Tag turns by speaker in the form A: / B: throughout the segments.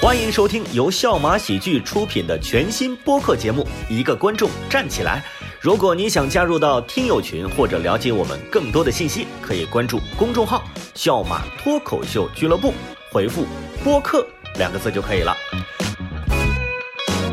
A: 欢迎收听由笑马喜剧出品的全新播客节目《一个观众站起来》。如果你想加入到听友群或者了解我们更多的信息，可以关注公众号“笑马脱口秀俱乐部”，回复“播客”两个字就可以了。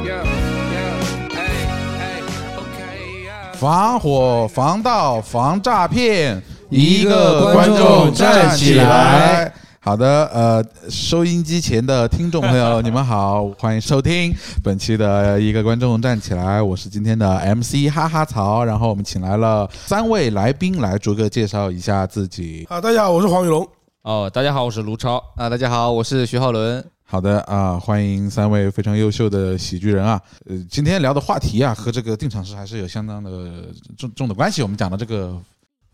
B: Yeah, yeah, hey, hey, okay, yeah.
C: 防火、防盗、防诈骗，
D: 一个观众站起来。
C: 好的，呃，收音机前的听众朋友，你们好，欢迎收听本期的一个观众站起来，我是今天的 MC 哈哈曹，然后我们请来了三位来宾来逐个介绍一下自己。
E: 啊，大家好，我是黄宇龙。
D: 哦，大家好，我是卢超啊，大家好，我是徐浩伦。
C: 好的啊、欢迎三位非常优秀的喜剧人啊，呃，今天聊的话题啊和这个定场诗还是有相当的重重的关系，我们讲的这个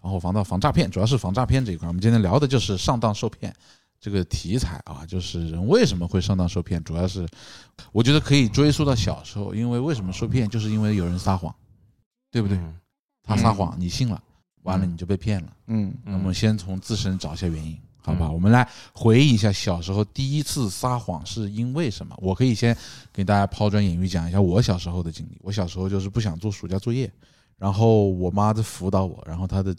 C: 防火、防盗、防诈骗，主要是防诈骗这一块。我们今天聊的就是上当受骗这个题材啊，就是人为什么会上当受骗，主要是我觉得可以追溯到小时候，因为为什么受骗，就是因为有人撒谎，对不对？他撒谎，你信了，完了你就被骗了。
D: 嗯，
C: 那么先从自身找一下原因，好吧？我们来回忆一下小时候第一次撒谎是因为什么。我可以先给大家抛砖引玉讲一下我小时候的经历。我小时候就是不想做暑假作业，然后我妈在辅导我，然后她的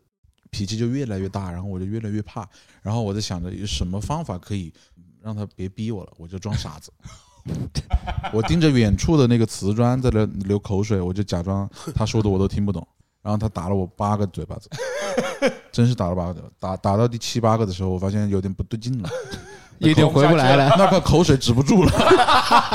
C: 脾气就越来越大，然后我就越来越怕，然后我在想着有什么方法可以让她别逼我了，我就装傻子。我盯着远处的那个瓷砖在那流口水，我就假装她说的我都听不懂，然后她打了我八个嘴巴子。真是打了八个的，打打到第七八个的时候，我发现有点不对劲 了，
D: 有点回不来了。
C: 那个口水止不 住了，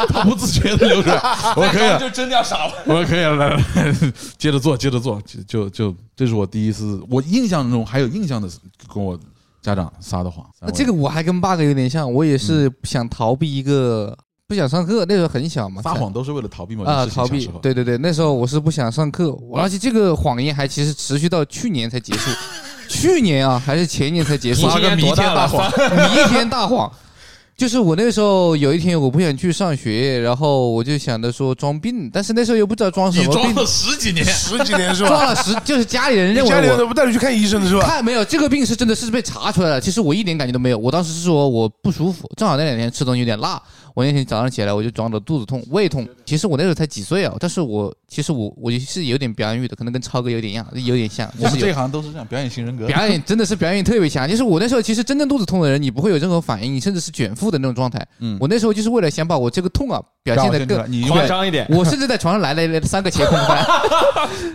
C: 它不自觉的流出来。我可以了，就真掉傻了。 我可以了，来来来，接着做，接着做，就就就，这是我第一次，我印象中还有印象的是跟我家长撒的谎。
F: 那这个我还跟 bug 有点像，我也
C: 嗯
F: 是想逃避一个不想上课，那时候很小嘛，
C: 撒谎都是为了呃逃避某
F: 想
C: 件
F: 啊，
C: 事情。
F: 逃避
C: 小时 候，
F: 对对对，那时候我是不想上课，我而且这个谎言还其实持续到去年才结 束，去年啊还是前年才结束，
C: 撒个弥天大谎，
F: 弥天大谎。就是我那个时候有一天我不想去上学，然后我就想着说装病，但是那时候又不知道装什
C: 你
F: 么
C: 装
F: 病，
C: 了十几年，
E: 十几年是吧？
F: 装了十就是家里人认为
E: 家里
F: 我
E: 人都不带你去看医生的是吧？
F: 看没有，这个病是真的是被查出来了。其实我一点感觉都没有，我当时是说我不舒服，正好那两天吃东西有点辣。我那天早上起来我就装着肚子痛、胃痛。其实我那时候才几岁啊，但是我其实我我是有点表演欲的，可能跟超哥有点一样，有点像。
C: 我
F: 就
C: 们
F: 是有
C: 这行都是这样，表演型人格。
F: 表演真的是表演特别强，就是我那时候其实真正肚子痛的人，你不会有任何反应，你甚至是卷腹的那种状态。
C: 嗯
F: 我那时候就是为了想把我这个痛啊表现的
C: 出
F: 更
C: 来，你
D: 夸张一点，
F: 我甚至在床上来了来了三个前空翻，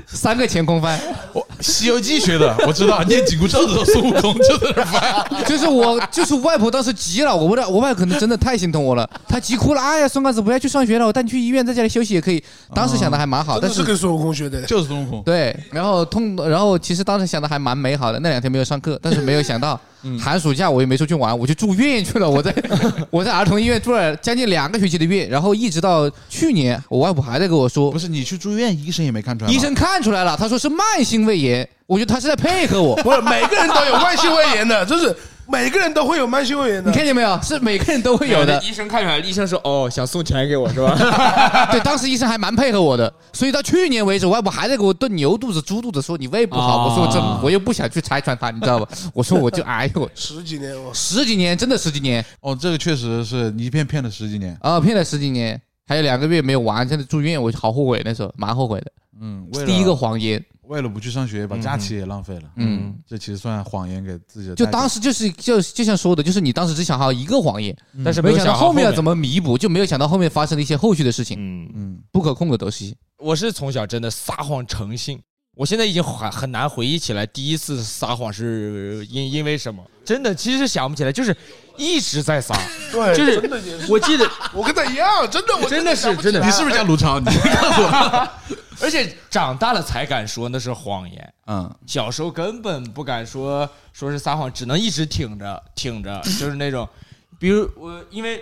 F: 三个前空翻，
C: 我《西游记》学的，我知道。念紧箍咒的时候，孙悟空就在那翻。
F: 就是我，就是外婆当时急了，我不知道，我外婆可能真的太心疼我了，她急哭了。哎呀，孙公子不要去上学了，我带你去医院，在家里休息也可以。当时想的还蛮好，
E: 真的
F: 但
E: 是
F: 是
E: 跟孙悟空学的。
C: 就是孙悟空。
F: 对，然后痛，然后其实当时想的还蛮美好的。那两天没有上课，但是没有想到寒暑假我也没出去玩，我就住院去了。我在 我在儿童医院住了将近两个学期的院，然后一直到去年，我外婆还在跟我说
C: 不，是你去住院，医生也没看出来吗。
F: 医生看出来了，他说是慢性胃炎，我觉得他是在配合我。
E: 不是 每个人都有慢性胃炎的， 就是每个人都会有慢性胃炎的。
F: 你看见没有？是每个人都会有的。
D: 医生看出来了，医生说哦，想送钱给我是 吧？
F: 对，当时医生还蛮配合我的，所以到去年为止，我外婆还在给我炖牛肚子、猪肚子，说你胃不好。
D: 啊
F: 我说我真，我又不想去拆穿他，你知道吧？ 我说我就哎呦，
E: 十几年我
F: 十几年，真的十几年
C: 哦，这个确实是你骗骗了十几年。
F: 啊、骗了十几年，还有两个月没有玩，现在住院，我好后悔，那时候蛮后悔的。
C: 嗯，为了
F: 第一个谎言，
C: 为了不去上学，把假期也浪费了。
F: 嗯，
C: 这其实算谎言给自己的代
F: 就
C: 价。
F: 当时就是就就像说的，就是你当时只想好一个谎言，
D: 但是
F: 嗯没
D: 没
F: 有
D: 有
F: 想到
D: 后
F: 后面要怎么
D: 么。
F: 弥补，就没有想到后面发生的一些后续的事情，
D: 嗯，
C: 嗯，
F: 不可控的东西。
D: 我是从小真的撒谎成性，我现在已经很很难回忆起来第一次撒谎是因因为什么，真的其实想不起来，就是一直在撒。
E: 对，
D: 就是
E: 真的也是，
D: 我记得
E: 我跟他一样，真的我
D: 真的是真的
C: 你是不是叫卢啊超？你告诉我。
D: 而且长大了才敢说那是谎言，
C: 嗯，
D: 小时候根本不敢说说是撒谎，只能一直挺着挺 着，就是那种，比如我因为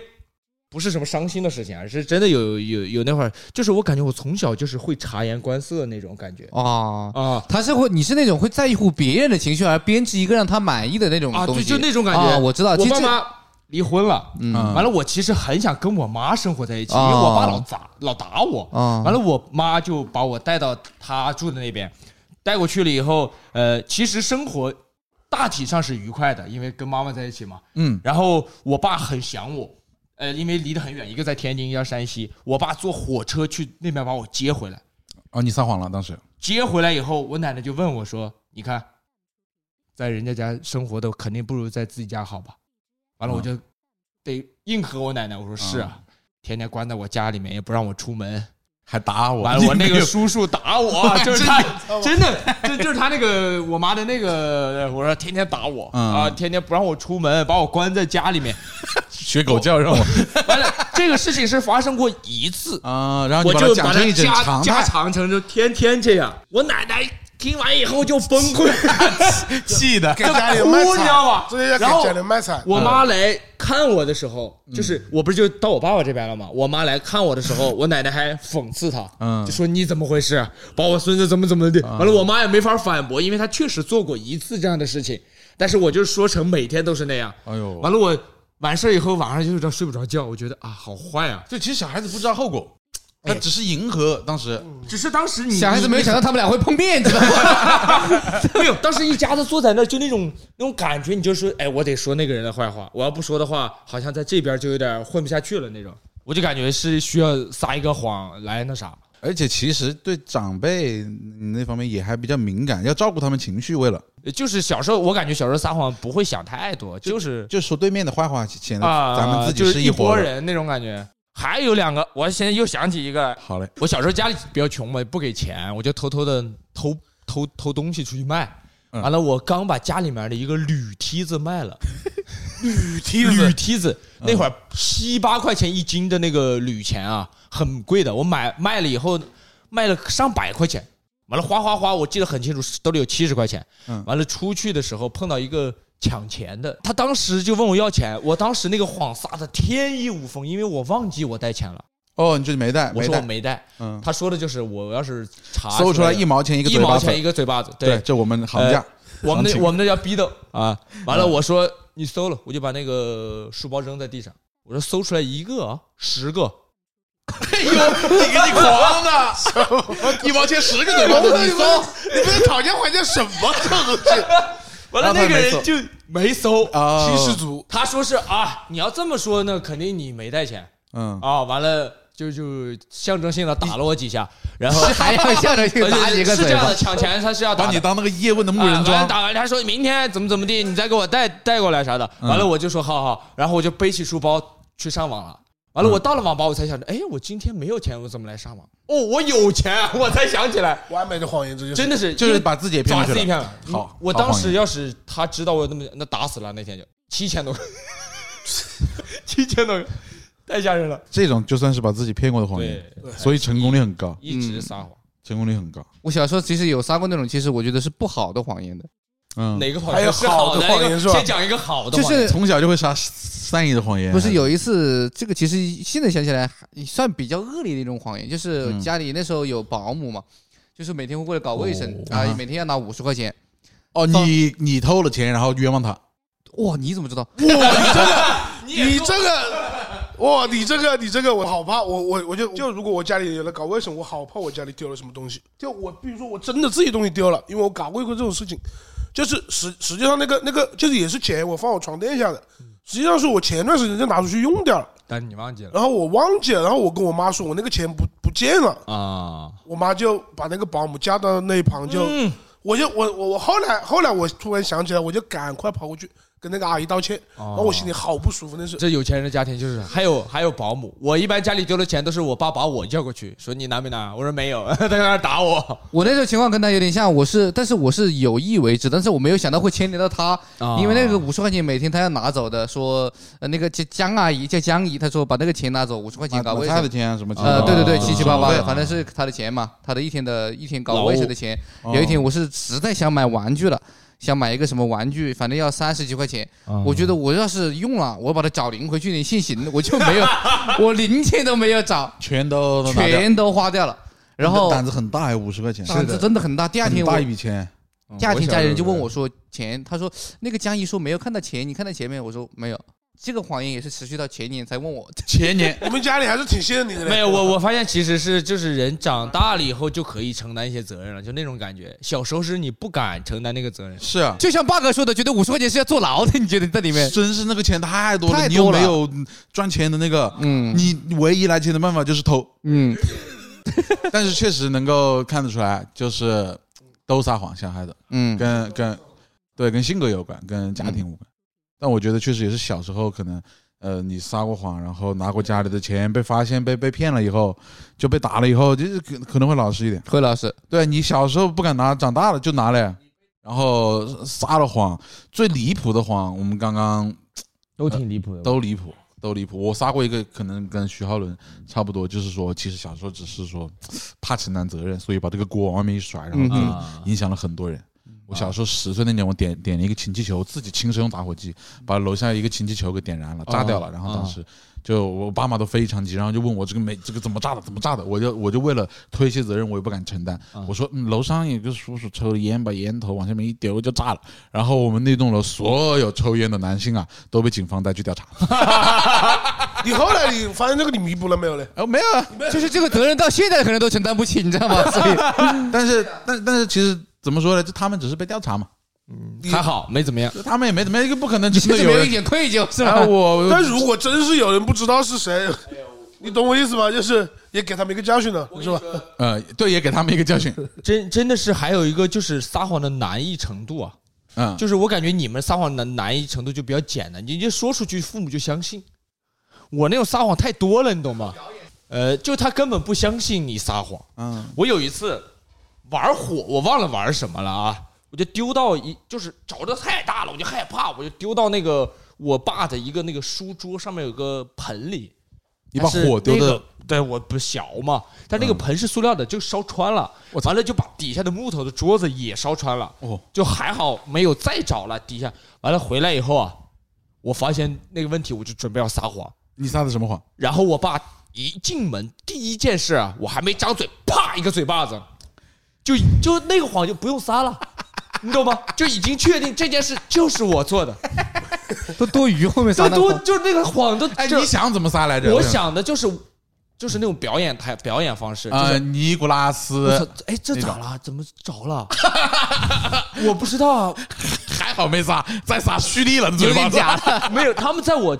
D: 不是什么伤心的事情啊，是真的有有有那会儿，就是我感觉我从小就是会察言观色那种感觉
F: 哦，
D: 啊
F: 他是会，你是那种会在乎别人的情绪而编织一个让他满意的那种
D: 啊，
F: 东
D: 就
F: 西，
D: 就那种感觉。
F: 啊我知道，
D: 我
F: 其实
D: 爸
F: 这
D: 妈离婚了，
F: 嗯
C: 嗯
D: 完了我其实很想跟我妈生活在一起，因为我爸
F: 哦
D: 老砸老打我，
F: 啊
D: 完了，我妈就把我带到她住的那边，带过去了以后，呃，其实生活大体上是愉快的，因为跟妈妈在一起嘛。
C: 嗯，
D: 然后我爸很想我，呃，因为离得很远，一个在天津，一个在山西，我爸坐火车去那边把我接回来。
C: 哦，你撒谎了，当时
D: 接回来以后，我奶奶就问我说：“你看，在人家家生活的肯定不如在自己家好吧？”完了，
C: 嗯
D: 我就得应和我奶奶，我说：“是啊，天天关在我家里面，也不让我出门。
C: 还打”我，
D: 完了，我
C: 你
D: 那
C: 没
D: 个
C: 有
D: 叔叔打 我，就是他，真的，就就是他那个我妈的那个， 我说天天打我
C: 嗯
D: 啊，天天不让我出门，把我关在家里面。
C: 学狗叫让我
D: 完了，这个事情是发生过一次，
C: 啊，然后
D: 我
C: 你把
D: 就
C: 它讲成一种
D: 加
C: 常
D: 加
C: 态，
D: 长成就天天这样。我奶奶听完以后就崩溃，
C: 气的
E: 给家里
D: 哭
E: 卖
D: 你知道
E: 惨，
D: 吗
E: 这就要
D: 然后
E: 给家里卖惨。
D: 我妈来看我的时候，就是我不是就到我爸爸这边了吗？我妈来看我的时候，我奶奶还讽刺她，
C: 嗯
D: 就说你怎么回事，啊把我孙子怎么怎么的。完了，我妈也没法反驳，因为她确实做过一次这样的事情，但是我就说成每天都是那样。
C: 哎呦
D: 完了我。完事儿以后，晚上就有点睡不着觉，我觉得啊，好坏啊！
C: 就其实小孩子不知道后果，他只是迎合当时
D: 只是当时你
F: 小孩子没有想到他们俩会碰面，你知道吗？
D: 没有，当时一家子坐在那儿，就那种那种感觉，你就说，哎，我得说那个人的坏话，我要不说的话，好像在这边就有点混不下去了那种。我就感觉是需要撒一个谎来那啥。
C: 而且其实对长辈嗯那方面也还比较敏感，要照顾他们情绪。为了
D: 就是小时候，我感觉小时候撒谎不会想太多，就是
C: 就说对面的坏话，显得
D: 啊，
C: 咱们自己
D: 就是
C: 一
D: 一
C: 伙
D: 拨
C: 人。
D: 人那种感觉。还有两个，我现在又想起一个，
C: 好嘞，
D: 我小时候家里比较穷嘛，不给钱，我就偷偷的偷偷偷东西出去卖。
C: 嗯
D: 完了，我刚把家里面的一个铝梯子 卖了，
E: 铝梯
D: 铝
E: 子，
D: 梯子
C: 嗯
D: 那会儿七八块钱一斤的那个铝钱啊，很贵的。我买卖了以后，卖了上百块钱，完了花花花，我记得很清楚，兜里有七十块钱
C: 嗯。
D: 完了出去的时候碰到一个抢钱的，他当时就问我要钱，我当时那个谎撒的天衣无缝，因为我忘记我带钱了，
C: 哦，你这没带，
D: 我
C: 没
D: 说我
C: 带，
D: 没带。
C: 嗯，
D: 他说的就是我要是查
C: 搜出来一毛钱一个
D: 一
C: 嘴
D: 毛
C: 巴
D: 钱一
C: 子，
D: 个嘴巴子，
C: 对，这我们行家，
D: 我
C: 行
D: 们那
C: 情
D: 我们那叫逼斗啊！完了，我说你搜了，我就把那个书包扔在地上。我说搜出来一个啊，十个，
E: 你狂的，一毛钱十个嘴巴子，你说你们讨价还价什 么这种东西？
D: 完
C: 然
D: 了
C: 后他
D: 那个
C: 也没
D: 人就没搜。
C: 哦
E: 七十足，
D: 他说是啊，你要这么说那肯定你没带钱
C: 嗯，
D: 啊。完了就就象征性的打了我几下，然后
F: 还要向着去打你一个
D: 是
F: 嘴
D: 这样
F: 巴
D: 的，。抢钱他是要打
C: 把
D: 的
C: 你当那个叶问的木
D: 啊
C: 人
D: 完了
C: 桩，
D: 打完他说明天怎么怎么地，你再给我带带过来啥的。完了我就说好好，然后我就背起书包去上网了。完了我到了网吧，我才想着，哎，我今天没有钱，我怎么来上网？哦，我有钱，我才想起来，
E: 完美的谎言，这就是
D: 真的是
C: 就是把自己也骗
D: 把
C: 进
D: 自己
C: 去了。
D: 骗了。
C: 好好
D: 我当
C: 谎
D: 时
C: 言
D: 要是他知道我那么那打死了，那天就七千多个， 七千多个，太吓人了。
C: 这种就算是把自己骗过的谎言，
D: 对，
C: 所以成功率很高，
D: 一直撒谎。
C: 成功率很高。
F: 我小时候其实有撒过那种，其实我觉得是不好的谎言的，
C: 嗯，
D: 哪个谎
E: 还有
D: 言是好
E: 好的
D: 一个
E: 谎言是吧
D: 先讲一个好的
F: 就
D: 谎言，
F: 是
C: 从小就会撒善意的谎言，
F: 不是有一次，这个其实现在想起来还算比较恶劣的一种谎言，就是家里那时候有保姆嘛，就是每天会过来搞卫生
C: 哦
F: 啊
C: 啊，
F: 每天要拿五十块钱。
C: 哦，你你偷了钱，然后冤枉他，
F: 哇，你怎么知道？
E: 你这个，哇，你这个，你这个，我好怕，我我我就就如果我家里有人搞卫生，我好怕我家里丢了什么东西。就我比如说我真的自己东西丢了，因为我搞过一个这种事情，就是实实际上那个那个就是也是钱，我放我床垫下的，实际上是我前段时间就拿出去用掉了，
D: 但是你忘记了
E: 然后我忘记了，然后我跟我妈说我那个钱不不见了，
D: 啊。
E: 我妈就把那个保姆叫到那一旁就。
D: 嗯，
E: 我就我我我后来后来我突然想起来，我就赶快跑过去跟那个阿姨道歉，然后我心里好不舒服，那是
D: 哦这有钱人的家庭就是，还有还有保姆。我一般家里丢了钱都是我爸把我叫过去，说你拿没拿？我说没有， 他在那儿打我。
F: 我那时候情况跟他有点像，我是，但是我是有意为之，但是我没有想到会牵连到他，
D: 啊
F: 因为那个五十块钱每天他要拿走的，说呃那个叫江阿姨叫江姨，她说把那个钱拿走五十块钱搞
C: 买
F: 卫
C: 菜
F: 生
C: 的。钱啊什么钱？
F: 呃，对对对，
D: 啊
F: 七七八八
D: 是
F: 的，
D: 吧
F: 反正是他的钱嘛，他的一天的一天
D: 劳
F: 搞
D: 务
F: 卫生的钱。
C: 哦
F: 有一天我是实在想买玩具了，想买一个什么玩具，反正要三十几块钱。
D: 啊
C: 哦
F: 我觉得我要是用了，我把它找零回去你现行，我就没 有，我零钱都没有找，
C: 全都都拿掉，
F: 全都花掉了。然后
C: 胆子很大呀，五十块钱，
F: 胆子真的很大。第二
C: 很
F: 天我
C: 大一笔钱，
D: 嗯
F: 第二天家里人就问我说钱，他说那个江姨说没有看到钱，你看到钱没有？我说没有。这个谎言也是持续到前年才问我，
C: 前年
E: 你们家里还是挺信任你的嘞。
D: 没有，我我发现其实是就是人长大了以后就可以承担一些责任了，就那种感觉。小时候是你不敢承担那个责任，
C: 是啊，
F: 就像霸哥说的，觉得五十块钱是要坐牢的，你觉得在里面？
C: 真是那个钱太多了，
F: 太
C: 你又
F: 多了
C: 没有赚钱的那个，
F: 嗯
C: 你唯一来钱的办法就是偷。
F: 嗯，
C: 但是确实能够看得出来，就是都撒谎，小孩子
F: 嗯，
C: 跟跟对跟性格有关，跟家庭无关。但我觉得确实也是小时候可能。呃，你撒过谎，然后拿过家里的钱，被发现被被骗了以后，就被打了以后，就是可可能会老实一点。
F: 会老师，
C: 对你小时候不敢拿，长大了就拿了呀，然后撒了谎，最离谱的谎，我们刚刚
D: 都挺离谱的。
C: 都离谱，都离谱。我撒过一个，可能跟徐浩伦差不多，就是说，其实小时候只是说怕承担责任，所以把这个锅往外面一甩，然后
F: 嗯
C: 就
D: 啊
C: 影响了很多人。我小时候十岁那年，我点点了一个氢气球，自己亲手用打火机把楼下一个氢气球给点燃了，炸掉了。
D: 啊
C: 然后当时就我爸妈都非常急，然后就问我这个没这个怎么炸的，怎么炸的？我就我就为了推卸责任，我也不敢承担。我说、嗯、楼上有个叔叔抽了烟，把烟头往下面一丢就炸了。然后我们那栋楼所有抽烟的男性啊都被警方带去调查。
E: 你后来你发现这个你弥补了没有嘞？
C: 哦，没有啊，
F: 就是这个责任到现在可能都承担不起，你知道吗？ 所以，
C: 但是但但是其实怎么说呢？就他们只是被调查嘛，
D: 还好没怎么样。
C: 就他们也没怎么样，一个不可能
F: 你
C: 真
F: 甚
C: 的
F: 至
C: 有
F: 没有一啊
C: 人。
F: 点愧疚，是
C: 然后
F: 吧？
C: 我
D: 嗯
E: 但如果真是有人不知道是谁，你懂我意思吗？就是也给他们一个教训了，是吧？
C: 呃，对，也给他们一个教训。
D: 真真的是还有一个就是撒谎的难易程度啊，
C: 嗯，
D: 就是我感觉你们撒谎的难易程度就比较简单，你就说出去，父母就相信。我那种撒谎太多了，你懂吗？呃，就他根本不相信你撒谎。
C: 嗯，
D: 我有一次玩火，我忘了玩什么了啊，我就丢到一，就是着的太大了，我就害怕，我就丢到那个我爸的一个那个书桌上面有个盆里，
C: 你把火丢
D: 但是那
C: 的嗯
D: 个，对，我不小嘛，但那个盆是塑料的，就烧穿了，完了就把底下的木头的桌子也烧穿了，
C: 哦，
D: 就还好没有再找了底下，完了回来以后啊，我发现那个问题，我就准备要撒谎，
C: 你撒的什么谎？
D: 然后我爸一进门第一件事啊，我还没张嘴，啪一个嘴巴子，就就那个谎就不用撒 了，你懂吗？就已经确定这件事就是我做的，
F: 都多余，后面
D: 就
F: 啥的
D: 都就是那个谎都
C: 哎，
D: 就
C: 你想怎么撒来着？
D: 我想的就是就是那种表演台表演方式，就
C: 啊，
D: 是
C: 尼古拉
D: 我操
C: 斯，
D: 哎，这咋了？怎么着 了？我不知道 啊，
C: 还好没撒，再撒蓄力了，你
F: 有
C: 嘴巴
F: 点
C: 子。
F: 假的
D: 没有，他们在我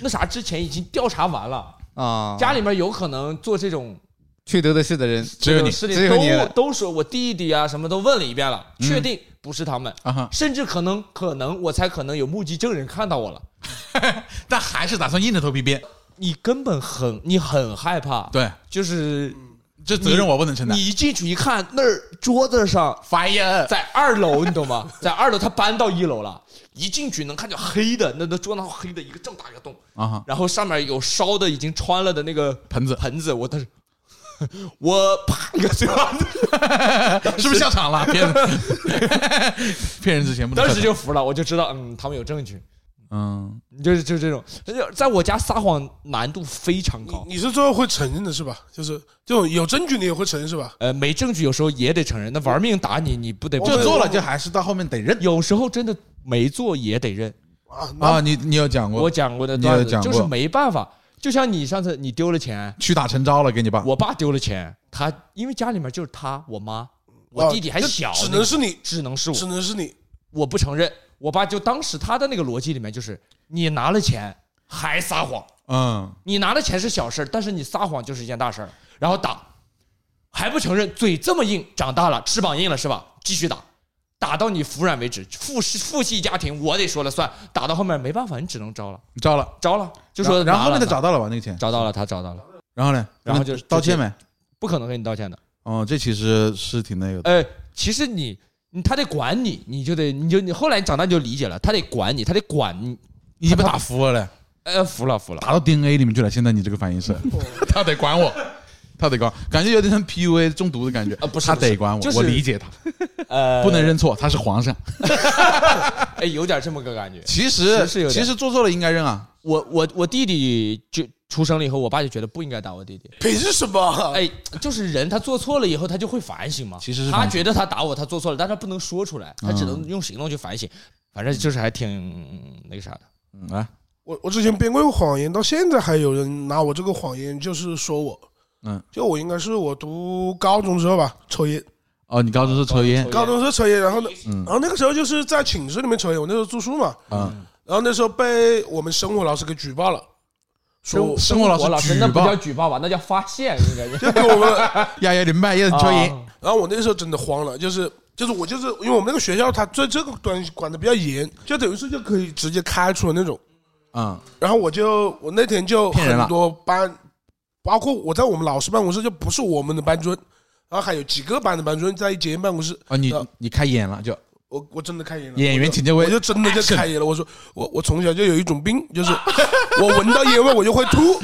D: 那啥之前已经调查完了，
F: 啊。
D: 家里面有可能做这种
F: 缺德的事的人，
C: 只有你嗯
D: 事
F: 只
D: 情
F: 有你
D: 都
F: 了
D: 都说我弟弟啊什么都问了一遍了，确定不是他们
C: 啊哈，
D: 甚至可能可能我才可能有目击证人看到我了。
C: 但还是打算硬着头皮编。
D: 你根本很，你很害怕，，
C: 对，
D: 就是
C: 这责任我不能承担哎
D: 你。一进去一看，那儿桌子上
C: fire，
D: 在二楼，你懂吗？在二楼，他搬到一楼了，一进去能看见黑的，那那桌子上黑的一个这么大一个洞，
C: 啊哈，
D: 然后上面有烧的已经穿了的那个
C: 盆子
D: 盆子，我当时 我啪一个嘴巴 子，
C: 是不是笑场了？骗人， 骗人之前不能笑
D: 当
C: 场。
D: 时就服了，我就知道，嗯，他们有证据，
C: 嗯，
D: 就是就是这种，就在我家撒谎难度非常高，
E: 你你是最后会承认的是吧？就是这种有证据你也会承认是吧？
D: 呃，没证据有时候也得承认，那玩命打你，你不得不
E: 我
C: 就
E: 们
C: 做了，就还是到后面得认
D: 有时候真的没做也得认，
E: 啊，那
C: 啊。你你有讲
D: 我
C: 过，
D: 讲过的
C: 你也
D: 段子
C: 讲过
D: 就是没办法，就像你上次你丢了钱，
C: 屈打成招了，给你爸。
D: 我爸丢了钱，他因为家里面就是他、我妈、我弟弟还
E: 啊
D: 小，
E: 只
D: 那个
E: 能是你，
D: 只能是我
E: 只，能是你。
D: 我不承认。我爸就当时他的那个逻辑里面就是，你拿了钱还撒谎，
C: 嗯，
D: 你拿了钱是小事儿，但是你撒谎就是一件大事儿，然后打，还不承认，嘴这么硬，长大了翅膀硬了是吧？继续打，打到你服软为止。父父系家庭我得说了算，打到后面没办法，你只能招了，
C: 你招了，
D: 招了就说
C: 然后然后后
D: 拿
C: 面
D: 了
C: 他找到了吧那个钱，
D: 找到了，他找到了，
C: 然后呢？
D: 然后就
C: 道歉没？
D: 不可能跟你道歉的。
C: 哦，这其实是挺那个的。
D: 呃，其实你你他得管你，你就得你就你后来长大你就理解了，他得管你，他得管你，
C: 你被打服了嘞，
D: 呃，服了服了。
C: 打到 DNA 里面去了。现在你这个反应是，
D: 哦
C: 他得管我，他得管，感觉有点像 PUA 中毒的感觉
D: 啊不是
C: 他
D: 不是
C: 得管我
D: 就，是
C: 我理解他，
D: 呃，
C: 不能认错，他是皇上。
D: 哎，有点这么个感觉。
C: 其实
D: 是是有点
C: 其实做错了应该认啊，
D: 我我我弟弟就出生了以后，我爸就觉得不应该打我弟弟。
E: 凭什么？
D: 哎，就是人他做错了以后，他就会反省嘛。
C: 其实是
D: 他
C: 反省
D: 觉得他打我，他做错了，但他不能说出来，他只能用行动去反省。反正就是还挺嗯那个啥的。
C: 嗯啊，
E: 我我我之前编过一个谎言，到现在还有人拿我这个谎言就是说我，
C: 嗯，
E: 就我应该是我读高中时候吧，抽烟，
C: 哦，你高中是抽烟，
E: 高中时候抽烟，然后呢，
C: 嗯
E: 然后那个时候就是在寝室里面抽烟，我那时候住宿嘛，
C: 嗯，
E: 然后那时候被我们生活老师给举报了，说我
C: 生活
D: 我
C: 老
D: 老
C: 师
D: 师
C: 举
D: 那不
C: 报
D: 叫，举报吧，那叫发现，应该是
E: 就给我们，
C: 压压你卖烟抽
D: 啊
C: 烟，
E: 然后我那时候真的慌了，就是。就是我就是因为我们那个学校，他对这个东西管的比较严，就等于是就可以直接开除的那种。
C: 嗯
E: 然后我就我那天就
F: 骗人了
E: 很多班，包括我在我们老师办公室，就不是我们的班主任，然后还有几个班的班主任在一间办公室。
C: 哦，你
E: 呃
C: 你开眼了就
E: 我我真的开眼了，
C: 演员
E: 我就
C: 请就位
E: 我就真的就开眼了。我说我我从小就有一种病，就是 我闻到烟味我就会吐，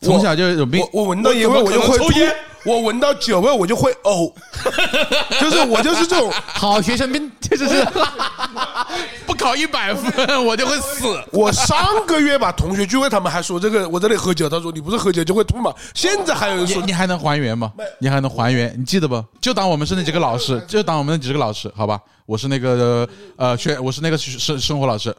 C: 从小就有病
E: 我，我闻到烟味我就会吐，我闻到酒味我就会呕， 就是我就是这种，
F: 好学生兵， 这就是不考一百分我就会死。
E: 我上个月吧，同学聚会，他们还说这个，我在那里喝酒，他说你不是喝酒就会吐嘛。现在还有人
C: 你
E: 说，
C: 你还能还原吗？你还能还原？你记得不？就当我们是那几个老师，就当我们那几个老师，好吧？我是那个呃学，我是那个学生生活老师，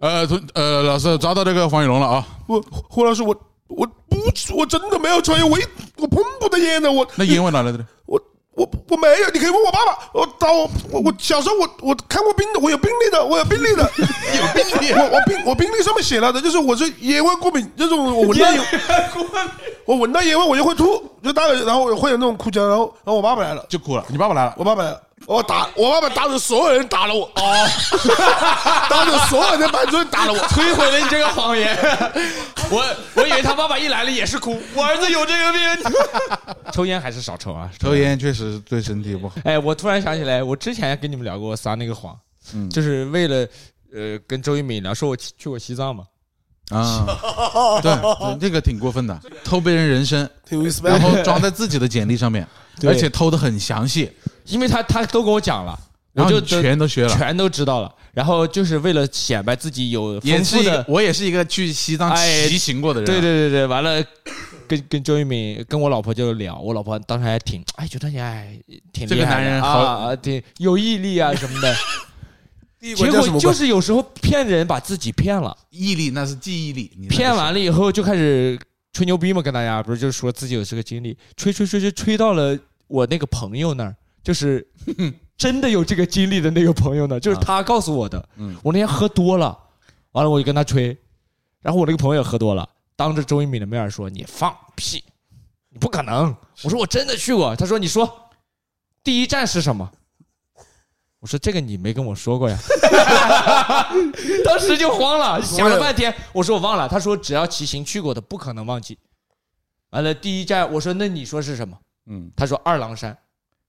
C: 呃同呃老师抓到这个黄雨龙了啊！
E: 我胡老师，我我不，我真的没有抽烟，我一我碰不得烟的，我
C: 那烟味哪来 的？
E: 我我我没有，你可以问我爸爸，我当我我我小时候我我看过病的，我有病历的，我有病历的，有病历，我我病我病历上面写了的，就是我是烟味过敏，就是我我闻到烟，我闻到烟味我就会吐，就大概然后会有那种哭腔，然后然后我爸爸来了，
C: 就哭了，你爸爸来了，
E: 我爸爸，我打我爸爸当着所有人打了我，哦， 当着所有人的班主任打了我，
D: 摧毁了你这个谎 言。我我以为他爸爸一来了也是哭，我儿子有这个病。 抽烟还是少抽啊！
C: 抽烟确实对身体不好。
D: 哎，我突然想起来，我之前跟你们聊过我撒那个谎，
C: 嗯
D: 就是为了呃跟周一敏聊，说我去去过西藏嘛，
C: 啊，对，这个挺过分的，偷别人人 参，
E: 挺有意思呗
C: 然。后装在自己的简历上面，
D: 对
C: 而且偷的很详细，
D: 因为他他都跟我讲了，
C: 然
D: 我
C: 后
D: 就
C: 你全都学了。
D: 全都知道了。然后就是为了显摆自己有
C: 也
D: 丰
C: 是
D: 富
C: 一
D: 的
C: 个，我也是一个去西藏
D: 哎
C: 骑行过的人，啊
D: 对对，对对，完了，跟跟周渝民，跟我老婆就聊，我老婆当时还挺，哎，觉得你哎挺
C: 这个
D: 厉害的
C: 男人好
D: 啊，啊挺有毅力啊什么 的。
E: 第一
D: 结
E: 关叫什
D: 果
E: 么
D: 就
E: 关？
D: 是有时候骗人，把自己骗了，
C: 毅力那是记忆力，你那个
D: 骗
C: 是
D: 完了以后就开始吹牛逼嘛，跟大家不是就是说自己有这个经历，吹吹吹吹吹到了我那个朋友那儿，就是 真的有这个经历的那个朋友呢，就是他告诉我的。
C: 啊嗯
D: 我那天喝多了，完了我就跟他吹，然后我那个朋友也喝多了，当着周一敏的面儿说：“你放屁，你不可能！”我说：“我真的去过。”他说：“你说第一站是什么？”我说：“这个你没跟我说过呀。” 当时就慌了， 想了半天，我说我忘了。他说：“只要骑行去过的，不可能忘记。”完了，第一站，我说：“那你说是什么
C: 嗯，？”
D: 他说：“二郎山。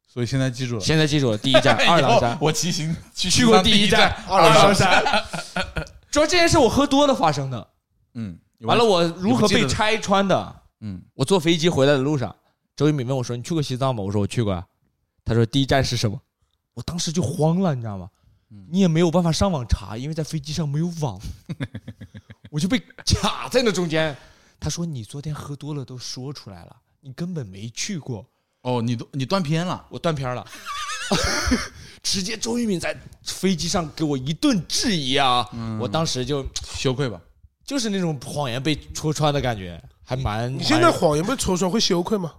C: 所以现在记住”了。
D: 现在记住了，第一 站二郎
C: 以后
D: 山，
C: 我骑行去
D: 去过第一站，
E: 二郎山，
D: 主要这件事我喝多了发生的。
C: 嗯，
D: 完了，，我如
C: 你
D: 何
C: 不记得
D: 被
C: 了
D: 拆穿的？
C: 嗯，
D: 我坐飞机回来的路上，周渝民问我说：“你去过西藏吗？”我说：“我去过啊。”他说：“第一站是什么？”我当时就慌了，你知道吗？你也没有办法上网查，因为在飞机上没有网，我就被卡在那中间。他说：“你昨天喝多了都说出来了，你根本没去过。
C: 哦，你都你断片了”，
D: 我断片儿了， 直接周渝民在飞机上给我一顿质疑啊！我当时就
C: 羞愧吧？
D: 就是那种谎言被戳穿的感觉，还蛮
E: 你现在谎言被戳穿会羞愧吗？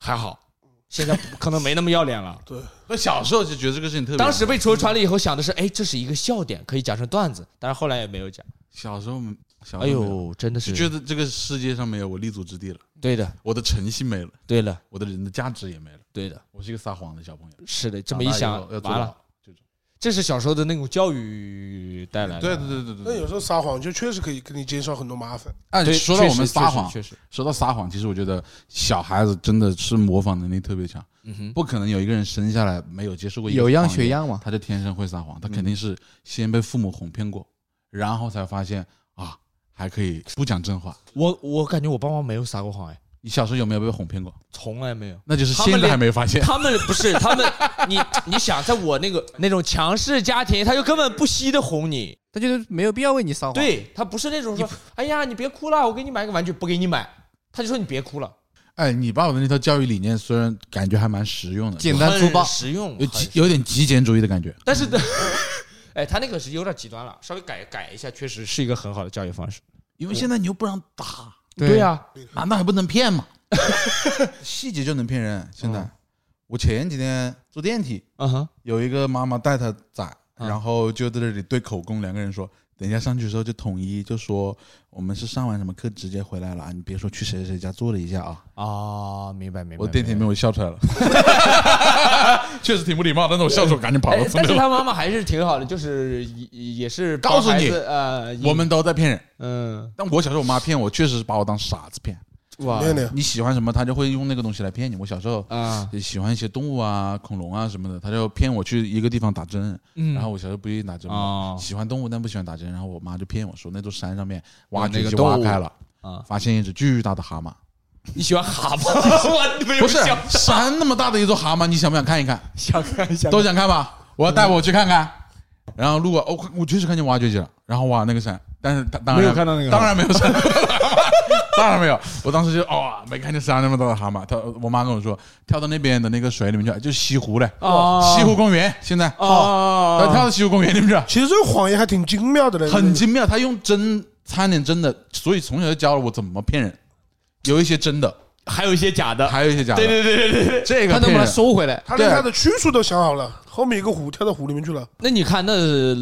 D: 还好，嗯现在可能没那么要脸 了。
E: 对，
C: 我小时候就觉得这个事情特别，
D: 当时被戳穿了以后，想的是，哎，这是一个笑点，可以讲成段子，但是后来也没有讲。
C: 小时候小时候
D: 哎
C: 没有，
D: 呦，真的是
C: 就觉得这个世界上没有我立足之地了，
D: 对的，
C: 我的诚信没了，
D: 对了，
C: 我的人的价值也没了，
D: 对的，
C: 我是一个撒谎的小朋友。
D: 是的。这
C: 这
D: 么一想，
C: 要做
D: 完了，
C: 到这种，
D: 这是小时候的那种教育带来的。
C: 对对对对
E: 那
C: 对
E: 有时候撒谎就确实可以给你减少很多麻烦。
C: 哎，
D: 对，
C: 说到我们
D: 确实
C: 撒谎，
D: 确实，确实
C: 说到撒谎，其实我觉得小孩子真的是模仿能力特别强，
D: 嗯哼，
C: 不可能有一个人生下来没有接受过一个
F: 有样
C: 谎言
F: 学样嘛。
C: 他就天生会撒谎，他
D: 嗯
C: 肯定是先被父母哄骗过，然后才发现啊，还可以不讲真话。
D: 我我感觉我爸妈没有撒过谎，哎，
C: 你小时候有没有被哄骗过？
D: 从来没有。
C: 那就是
D: 他
C: 现
D: 们
C: 在
D: 连
C: 还没发现。
D: 他们不是他们，你你想，在我那个那种强势家庭，他就根本不惜的哄你，
F: 他觉得没有必要为你撒谎。，
D: 对他不是那种说，哎呀，你别哭了，我给你买个玩具，不给你买，他就说你别哭了，
C: 哎，你爸爸的那套教育理念虽然感觉还蛮实用的，
F: 简单粗
D: 很
F: 暴。
D: 实用
C: 有，
D: 很
C: 极有点极简主义的感觉。
D: 但 是呢，哎，他那个是有点极端了，稍微改改一下，确实是一个很好的教育方式。
C: 因为现在你又不让打，
D: 对啊呀，
C: 难道还不能骗吗？ 细节就能骗人。现在，我前几天坐电梯，
D: 嗯哼，
C: 有一个妈妈带她崽，
D: 嗯
C: 然后就在这里对口供，两个人说，等一下上去的时候就统一就说我们是上完什么课直接回来了啊，你别说去谁谁家坐了一下啊。
D: 啊，明白明白。
C: 我电梯 里面我笑出来了，确实挺不礼貌，但是我笑出来赶紧跑
D: 哎
C: 了。，真
D: 但
C: 的
D: 是他妈妈还是挺好的，就是也也是帮
C: 告诉
D: 孩
C: 你
D: 子呃，
C: 我们都在骗人，
D: 嗯，
C: 但我小时候我妈骗我，确实是把我当傻子骗。
D: 哇
E: 没有没有，
C: 你喜欢什么，她就会用那个东西来骗你。我小时候
D: 啊，
C: 也喜欢一些动物啊、恐龙啊什么的，他就骗我去一个地方打针，
D: 嗯
C: 然后我小时候不愿意打针嘛
D: 哦，
C: 喜欢动物但不喜欢打针，然后我妈就骗我说那座山上面挖
D: 有那
C: 掘
D: 个
C: 机
D: 动
C: 挖
D: 物
C: 开了
D: 啊，
C: 发现一只巨大的蛤蟆，
D: 你喜欢蛤蟆？ 我没有
C: 不是
D: 想
C: 山那么大的一座蛤蟆，你想不想看一看？
D: 想看一下，
C: 都想看吧？我要带我去看看。然后路过，哦，我确实看见挖掘机了。然后哇，那个山，但是当当然
E: 没有看到那个
C: 当然没有山， 当然没有。我当时就哦，没看见山那么大的蛤蟆。他我妈跟我说，跳到那边的那个水里面去，就是西湖嘞，
D: 哦
C: 西湖公园现在
D: 哦
C: 他跳到西湖公园里面去，
E: 其实这个谎言还挺精妙的嘞，
C: 很精妙。他用真掺点真的，所以从小就教了我怎么骗人。有一些真的，
D: 还有一些假的，
C: 还有一些假的。
D: 对对对对对。
C: 这个
F: 他能
C: 骗
F: 把它
C: 人
F: 收回来？
E: 他连
C: 对
E: 他的去处都想好了，后面一个湖跳到湖里面去了，
D: 那你看，那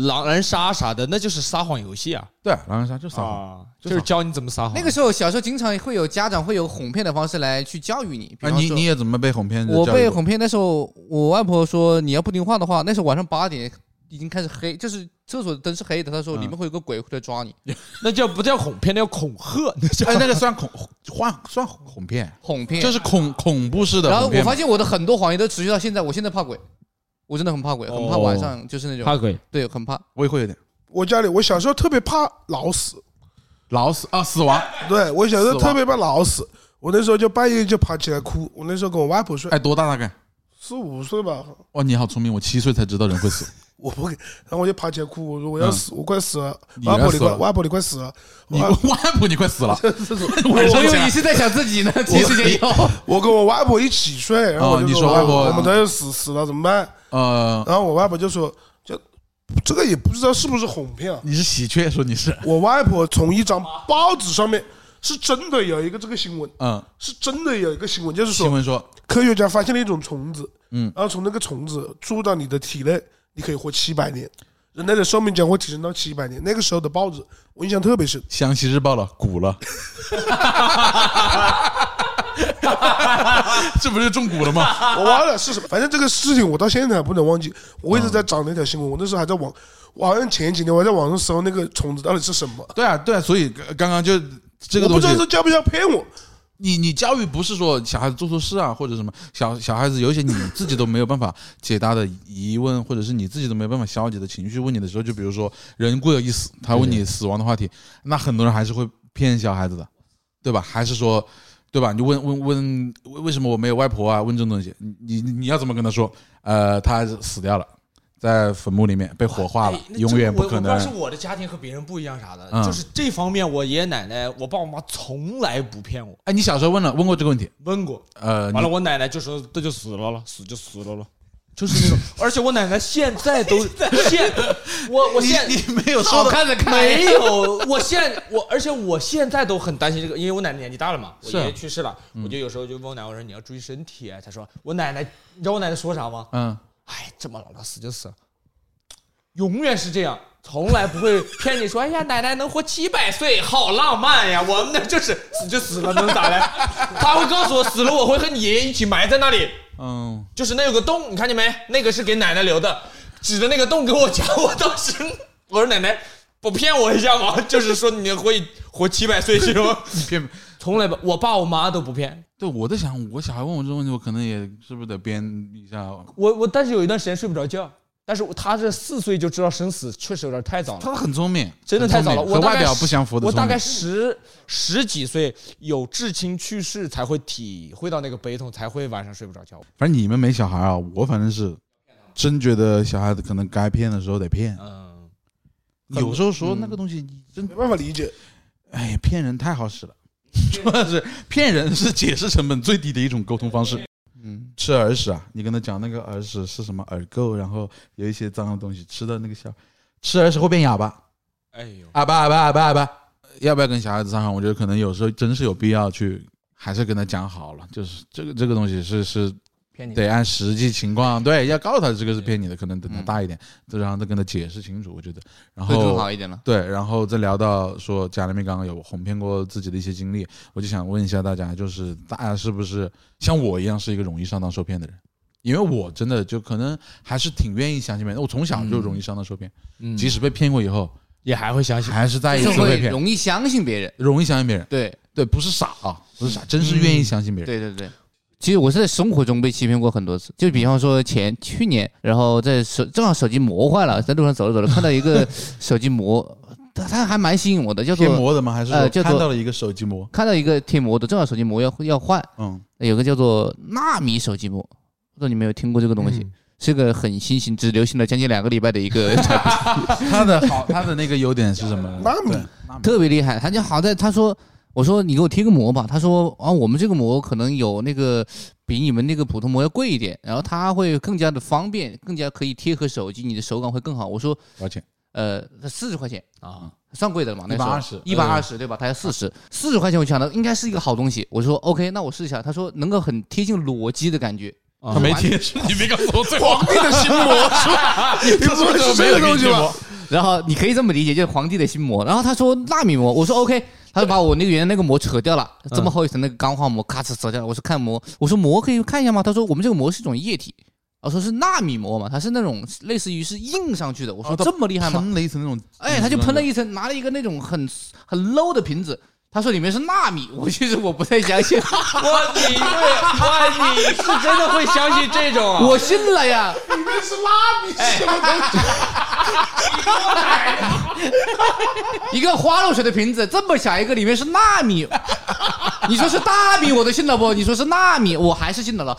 D: 狼人杀啥的，那就是撒谎游戏啊，
C: 对狼人杀就撒谎。啊
D: 就
C: 就是是
D: 教你怎么撒谎。
F: 那个时候小时候经常会有家长会有哄骗的方式来去教育你，比
C: 啊，
F: 方
C: 你
F: 说
C: 你也怎么被哄骗的教育
F: 我
C: 过？
F: 被哄骗那时候，我外婆说你要不听话的话，那时候晚上八点已经开始黑，就是厕所的灯是黑的，她说
C: 嗯
F: 里面会有个鬼会来抓你，
D: 那叫不叫哄骗？那叫恐吓，那叫
C: 哎，那个算恐换算哄骗，
F: 哄骗。
C: 就是恐恐怖式的
F: 然后
C: 哄骗
F: 我
C: 嘛。
F: 发现我的很多谎言都持续到现在，我现在怕鬼，我真的很怕鬼，很怕
C: 哦
F: 晚上就是那种，
D: 鬼。
F: 对，很怕。
C: 我也会有点
E: 我家里我小时候特别怕老死，
C: 老死啊，死亡。
E: 对我小时候
C: 死亡
E: 特别怕老死，我那时候就半夜就爬起来哭，我那时候跟我外婆睡，
C: 哎，多大大概？
E: 四五岁吧，
C: 哇，你好聪明，我七岁才知道人会死。
E: 我不给，然后我就爬起来哭，我说我要死，我快死了，
C: 嗯你
E: 外婆
C: 要
E: 你
C: 死
E: 快，
C: 了
E: 外婆你快死了，
C: 你
E: 我
C: 外婆，你快死了！
F: 我
C: 晚上
F: 以
C: 起
F: 为
C: 来
F: 你是在想自己呢，其实也有。
E: 我跟我外婆一起睡，然后我就
C: 哦你说外婆
E: 我们都要死死了怎么办？
C: 呃，
E: 然后我外婆就说，就这个也不知道是不是哄骗啊。
C: 你是喜鹊，说你是，
E: 我外婆从一张报纸上面是真的有一个这个新闻，
C: 嗯，
E: 是真的有一个新闻，就是
C: 新
E: 说
C: 闻说
E: 科学家发现了一种虫子，
C: 嗯，
E: 然后从那个虫子住到你的体内，你可以活七百年，人类的寿命将会提升到七百年。那个时候的报纸我印象特别深，
C: 《湘西日报》了，鼓了， 这不是中蛊了 吗？
E: 我忘了是什么，反正这个事情我到现在还不能忘记。我一直在找那条新闻，我那时候还在网，我好像前几年我还在网上搜那个虫子到底是什么，
C: 对啊，对啊，所以呃刚刚就这个
E: 我
C: 东
E: 不知
C: 西
E: 道，这叫不叫骗我。
C: 你你教育不是说小孩子做错事啊，或者什么小小孩子有一些你自己都没有办法解答的疑问，或者是你自己都没有办法消解的情绪问你的时候，就比如说人固有一死，他问你死亡的话题，那很多人还是会骗小孩子的，对吧？还是说，对吧？你就问问问为为什么我没有外婆啊？问这种东西，你你你要怎么跟他说？呃，他死掉了，在坟墓里面被火化
D: 哎
C: 了，永远不可
D: 但是
C: 能。
D: 我的家庭和别人不一样啥的，
C: 嗯
D: 就是这方面，我爷爷奶奶、我爸我妈从来不骗我。
C: 哎，你小时候问了问过这个问题？
D: 问过，
C: 呃，
D: 完了，
C: 你
D: 我奶奶就说这就死了了，死就死 了了。就是那种，而且我奶奶现在都现，我 我现
C: 你没有说
F: 好
C: 的
F: 看的
D: 没
F: 开，
D: 有，我现我而且我现在都很担心这个，因为我奶奶年纪大了嘛，我
C: 是
D: 爷爷去世了，我就有时候就问我奶奶我说你要注意身体啊，她说我奶奶，你知道我奶奶说啥吗？
C: 嗯。
D: 哎，这么老了死就死了，永远是这样，从来不会骗你说，哎呀，奶奶能活七百岁，好浪漫呀！我们那就是死就死了，能咋的？他会告诉我死了，我会和你爷爷一起埋在那里，
C: 嗯
D: 就是那有个洞，你看见没？那个是给奶奶留的，指着那个洞给我讲，我当时我说奶奶不骗我一下吗？就是说你能活一活七百岁这 种，
C: 骗
D: 从来不，我爸我妈都不骗
C: 对，我在想，我小孩问我这个问题，我可能也是不是得编一下？
D: 我，我但是有一段时间睡不着觉。但是我他这四岁就知道生死，确实有点太早了。
C: 他很聪明，
D: 真的太早了，
C: 很
D: 我
C: 聪明和
D: 大概
C: 外表
D: 十
C: 不相符的
D: 我
C: 聪明。
D: 大概十十几岁有至亲去世才会体会到那个悲痛，才会晚上睡不着觉。
C: 反正你们没小孩啊，我反正是真觉得小孩子可能该骗的时候得骗，
D: 嗯，
C: 有时候说那个东西你真
E: 没办法理解，
C: 哎呀骗人太好使了， 主要是骗人是解释成本最低的一种沟通方式。
F: 嗯，
C: 吃耳屎啊，你跟他讲那个耳屎是什么耳垢，然后有一些脏的东西吃的那个小，吃耳屎会变哑巴，
D: 哎呦，
C: 啊哑巴哑巴哑巴哑巴，要不要跟小孩子撒谎，我觉得可能有时候真是有必要去，还是跟他讲好了，就是这个这个东西是是
D: 骗你
C: 得按实际情况，对，要告诉他这个是骗你的，可能等他
F: 嗯
C: 大一点，再让他跟他解释清楚，我觉得，然
F: 会更
C: 后
F: 好一点了。
C: 对，然后再聊到说贾玲妹刚刚有哄骗过自己的一些经历，我就想问一下大家，就是大家是不是像我一样是一个容易上当受骗的人？因为我真的就可能还是挺愿意相信别人，我从小就容易上当受骗，
D: 嗯
C: 即使被骗过以后，
D: 也还会相信。
C: 还是再一
F: 就
C: 次被
F: 会
C: 骗，
F: 容易相信别人。
C: 容易相信别人。
F: 对
C: 对，不是傻啊，不是
D: 嗯
C: 傻，真是愿意相信别人。
F: 对对对，其实我是在生活中被欺骗过很多次，就比方说前去年，然后在手正好手机磨坏了，在路上走着走着看到一个手机磨，它它还蛮吸引我的，叫
C: 贴
F: 做
C: 膜的吗？还是
F: 呃
C: 说
F: 叫
C: 看
F: 做
C: 到了一个手机膜？
F: 看到一个贴膜的，正好手机膜要要换，
C: 嗯，
F: 有个叫做纳米手机膜，不知道你们有听过这个东西。是个很新型，只流行了将近两个礼拜的一个产品，
C: 它的好，它的那个优点是什 么呢？
E: 纳米
C: 对纳米
F: 特别厉害。他就好在他说，我说你给我贴个膜吧，他说啊，我们这个膜可能有那个比你们那个普通膜要贵一点，然后它会更加的方便，更加可以贴合手机，你的手感会更好。我说
C: 多少钱？
F: 呃，四十块钱
D: 啊，
F: 算贵的了嘛，那时
C: 120
F: 候一百二十嗯对吧？它要四十，四十块钱我想到应该是一个好东西，我说 OK，那我试一下。他说能够很贴近裸肌的感觉，
D: 哦
C: 他没贴，你没告诉我最
E: 皇帝的心魔是吧？你说的是这个东西吧？
F: 然后你可以这么理解，就是皇帝的心魔。然后他说纳米膜，我说 OK，他就把我那个原来那个膜扯掉了，这么厚一层那个钢化膜，咔哧扯掉了。我说看膜，我说膜可以看一下吗？他说我们这个膜是一种液体，我说是纳米膜嘛，它是那种类似于是印上去的。我说
C: 哦它
F: 这么厉害吗？
C: 喷了一层那种，
F: 哎，他就喷了一层，拿了一个那种很很 low 的瓶子。他说里面是纳米，我其实我不太相 信，
D: 哇，你会哇，你是真的会相信这种啊？
F: 我信了呀。
E: 里面是拉米什么东西？
F: 一个花露水的瓶子，这么小一个，里面是 纳米。你说是大米我都信了不？你说是纳米，我还是信了了。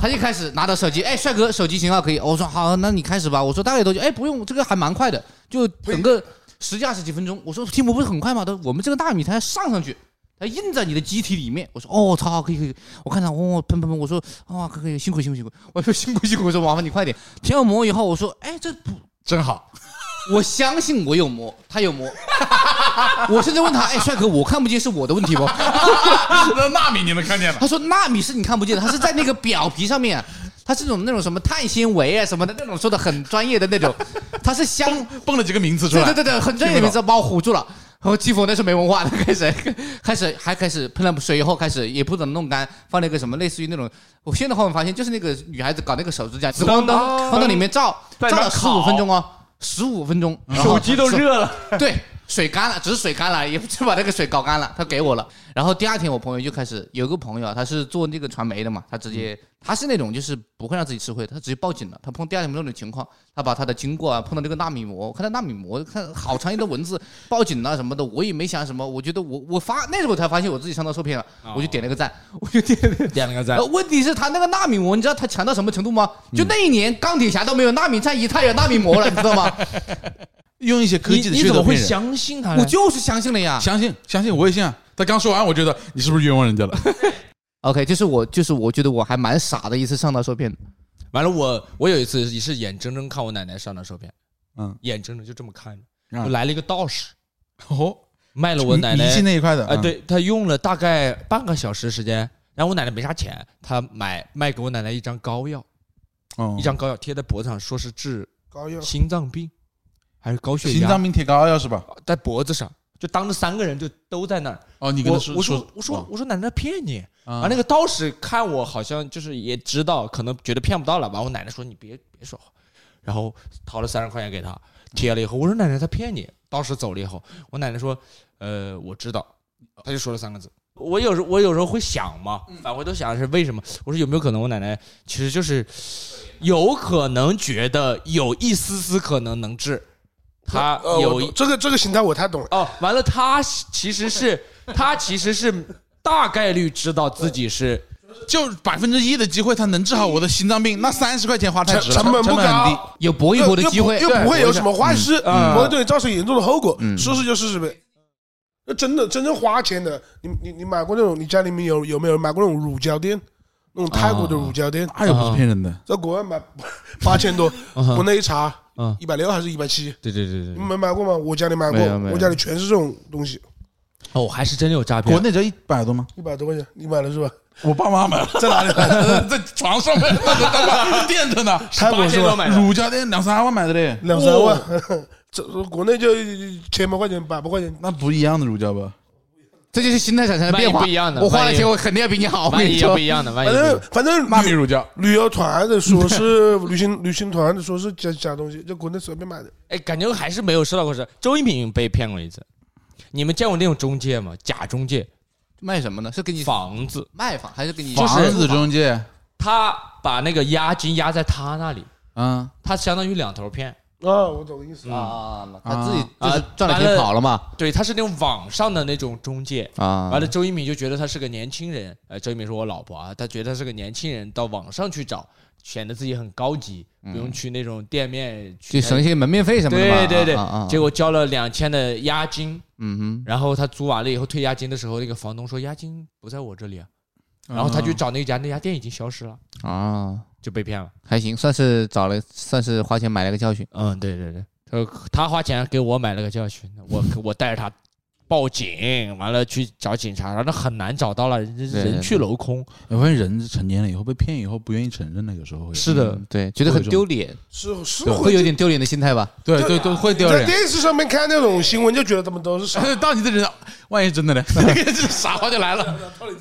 F: 他就开始拿着手机，哎，帅哥，手机型号可以。我说好，那你开始吧。我说大概多久？哎，不用，这个还蛮快的，就整个十几二十几分钟。我说贴膜不是很快吗？他说我们这个纳米它要上上去，它印在你的机体里面。我说哦，超好，可以可以。我看到哦，喷喷喷，我说啊、可以可以，辛苦辛苦辛苦。我说辛苦辛苦，我说麻烦你快点。贴完膜以后，我说哎，这不
C: 真好。
F: 我相信我有膜，他有膜。 我甚至问他：“哎，帅哥，我看不见是我的问题不
C: 那纳米你们看见？”了？
F: 他说：“纳米是你看不见的，它是在那个表皮上面，它是种那种什么碳纤维啊什么的那种，说的很专业的那种，它是相
C: 蹦了几个名词出
F: 对
C: 来。
F: 对对对，很专业的名字把我唬住了。”然后欺负我那时候没文化，开始 开始还开始喷了水以后，开始也不怎么弄干，放那个什么类似于那种，我现在后面发现就是那个女孩子搞那个手指甲，紫光灯放到里面照，
D: 在
F: 照
D: 里
F: 了
D: 面
F: 十五
D: 烤
F: 分钟哦，十五分钟，然后
D: 手机都热了，
F: 对，水干了，只是水干了，也不是把那个水搞干了，他给我了。然后第二天我朋友就开始有个朋友啊，他是做那个传媒的嘛，他直接他是那种就是不会让自己吃亏，他直接报警了。他碰第二天那种情况，他把他的经过啊碰到那个纳米膜，我看到纳米膜，看好长一段文字，报警了什么的，我也没想什么，我觉得我我发那时候我才发现我自己上当受骗了，我就点了个赞，我就点了个
D: 点了个赞
F: 呃，问题是他那个纳米膜，你知道他强到什么程度吗？就那一年钢铁侠都没有纳米战衣，他有纳米膜了，你知道吗？
C: 用一些科
D: 你
C: 技的
D: 你
C: 噱
D: 怎
C: 头
D: 么会
C: 骗人。
D: 相信啊他呢？
F: 我就是相信了呀。
C: 相信相信，我也信啊。他刚说完，我觉得你是不是冤枉人家 了？
F: OK，就是我，就是我觉得我还蛮傻的一次上当受骗的。
D: 完了，我我有一次也是眼睁睁看我奶奶上当受骗，
C: 嗯，
D: 眼睁睁就这么看着，
C: 嗯
D: 就来了一个道士，
C: 哦，
D: 卖了我奶奶
C: 迷信那一块的
D: 啊、对他用了大概半个小时时间，然后我奶奶没啥钱，他买卖给我奶奶一张膏药，
C: 嗯
D: 一张膏药贴在脖子上，说是治
E: 膏药
D: 心脏病还是高血
C: 心
D: 压，
C: 脏病贴膏药是吧？
D: 在脖子上，就当着三个人就都在那儿。
C: 哦，你跟
D: 我
C: 他说哦
D: 我说我说我说奶奶骗你，啊，
C: 啊
D: 那个道士看我好像就是也知道，可能觉得骗不到了。完，我奶奶说你别别说话，然后掏了三十块钱给他贴了以后，我说奶奶他骗你。道士走了以后，我奶奶说，呃，我知道，他就说了三个字。我有时我有时候会想嘛，
E: 嗯
D: 返回头想的是为什么？我说有没有可能我奶奶其实就是有可能觉得有一丝丝可能能治，她
E: 呃
D: 有
E: 我
D: 一
E: 这个这个形态我太懂了。
D: 哦，完了，他其实是他其实是大概率知道自己是
C: 就百分之一的机会，他能治好我的心脏病，那三十块钱花太
E: 成
C: 值了，嗯成
E: 本不
C: 很低。
E: 高，
F: 有搏一
E: 又
F: 搏的机会，
E: 又不又不会有什么花痴，
D: 嗯
E: 不会对你造成严重的后果。
F: 嗯
E: 说是就试试呗。那真的真正花钱的，你你你买过那种？你家里面有有没有买过那种乳胶垫？那种泰国的乳胶店，
C: 那又不是骗人的，
E: 在国外买八千多，国内一查
D: 嗯
E: 一百六还是一百七？
D: 对对对
E: 你
D: 对
E: 们买过吗？我家里买过
F: 没有没，有
E: 我家里全是这种东西，
D: 哦，还是真有诈骗
C: 国。内只要一百多吗？
E: 一百多块钱，你买了是吧？
C: 我爸妈买了， 在哪里买的？在床上面，垫着呢。
E: 泰国是吧？
C: 乳胶店两三万买的哦嘞，
E: 两三万， 这国内就千把块钱、百把块钱，
C: 那不一样的乳胶吧？
F: 这就是心态产生的变化。
D: 万一不一样的
F: 我花
D: 万
F: 的
D: 一
F: 钱我肯定要比你好。我跟
D: 万一
F: 你
D: 也
F: 说
D: 不，一样的，万一
E: 反
D: 也不一样
E: 正反正
C: 纳米
E: 旅
C: 乳胶，
E: 旅游团的说是旅行旅行团的说是假假东西，就国内随便买的。
D: 哎，感觉还是没有收到过是周一平被骗过一次。你们见过那种中介吗？假中介，
F: 卖什么呢？是给你
D: 房子，
F: 卖房还是给你
D: 就是
C: 房子中介，
D: 他把那个押金押在他那里，
C: 嗯，
D: 他相当于两头骗。
E: 啊，我懂意思。
F: 啊？他自己
D: 嗯
F: 就
D: 啊
F: 是赚了
D: 完
F: 钱
D: 了
F: 跑了嘛？
D: 对，他是那种网上的那种中介。
F: 啊，
D: 完了，周一鸣就觉得他是个年轻人，呃，周一鸣是我老婆啊，他觉得他是个年轻人，到网上去找，显得自己很高级，不用去那种店面去
F: 就嗯省一些门面费什么的嘛。
D: 对对对
F: 啊啊啊，
D: 结果交了两千的押金，
F: 嗯
D: 然后他租完了以后退押金的时候，那个房东说押金不在我这里啊，
F: 嗯
D: 然后他
C: 啊
D: 去找那家，那家店已经消失了，
F: 哼啊，
D: 就被骗了。
F: 还行，算是找了，算是花钱买了个教训。
D: 嗯，对对对，他说他花钱给我买了个教训，我我带着他报警，完了去找警察，然后很难找到了，人
F: 对对
D: 人去楼空。
C: 我发现人成年了以后被骗以后不愿意承认，那有时候会
D: 是的
F: 嗯，对，觉得很丢脸，
E: 是是
F: 会有点丢脸的心态吧？
C: 对对对，会丢
E: 在
C: 人。
E: 电视上面看那种新闻，就觉得他们都是傻。
C: 到你的人，万一真的 呢？
D: 这傻话就来了，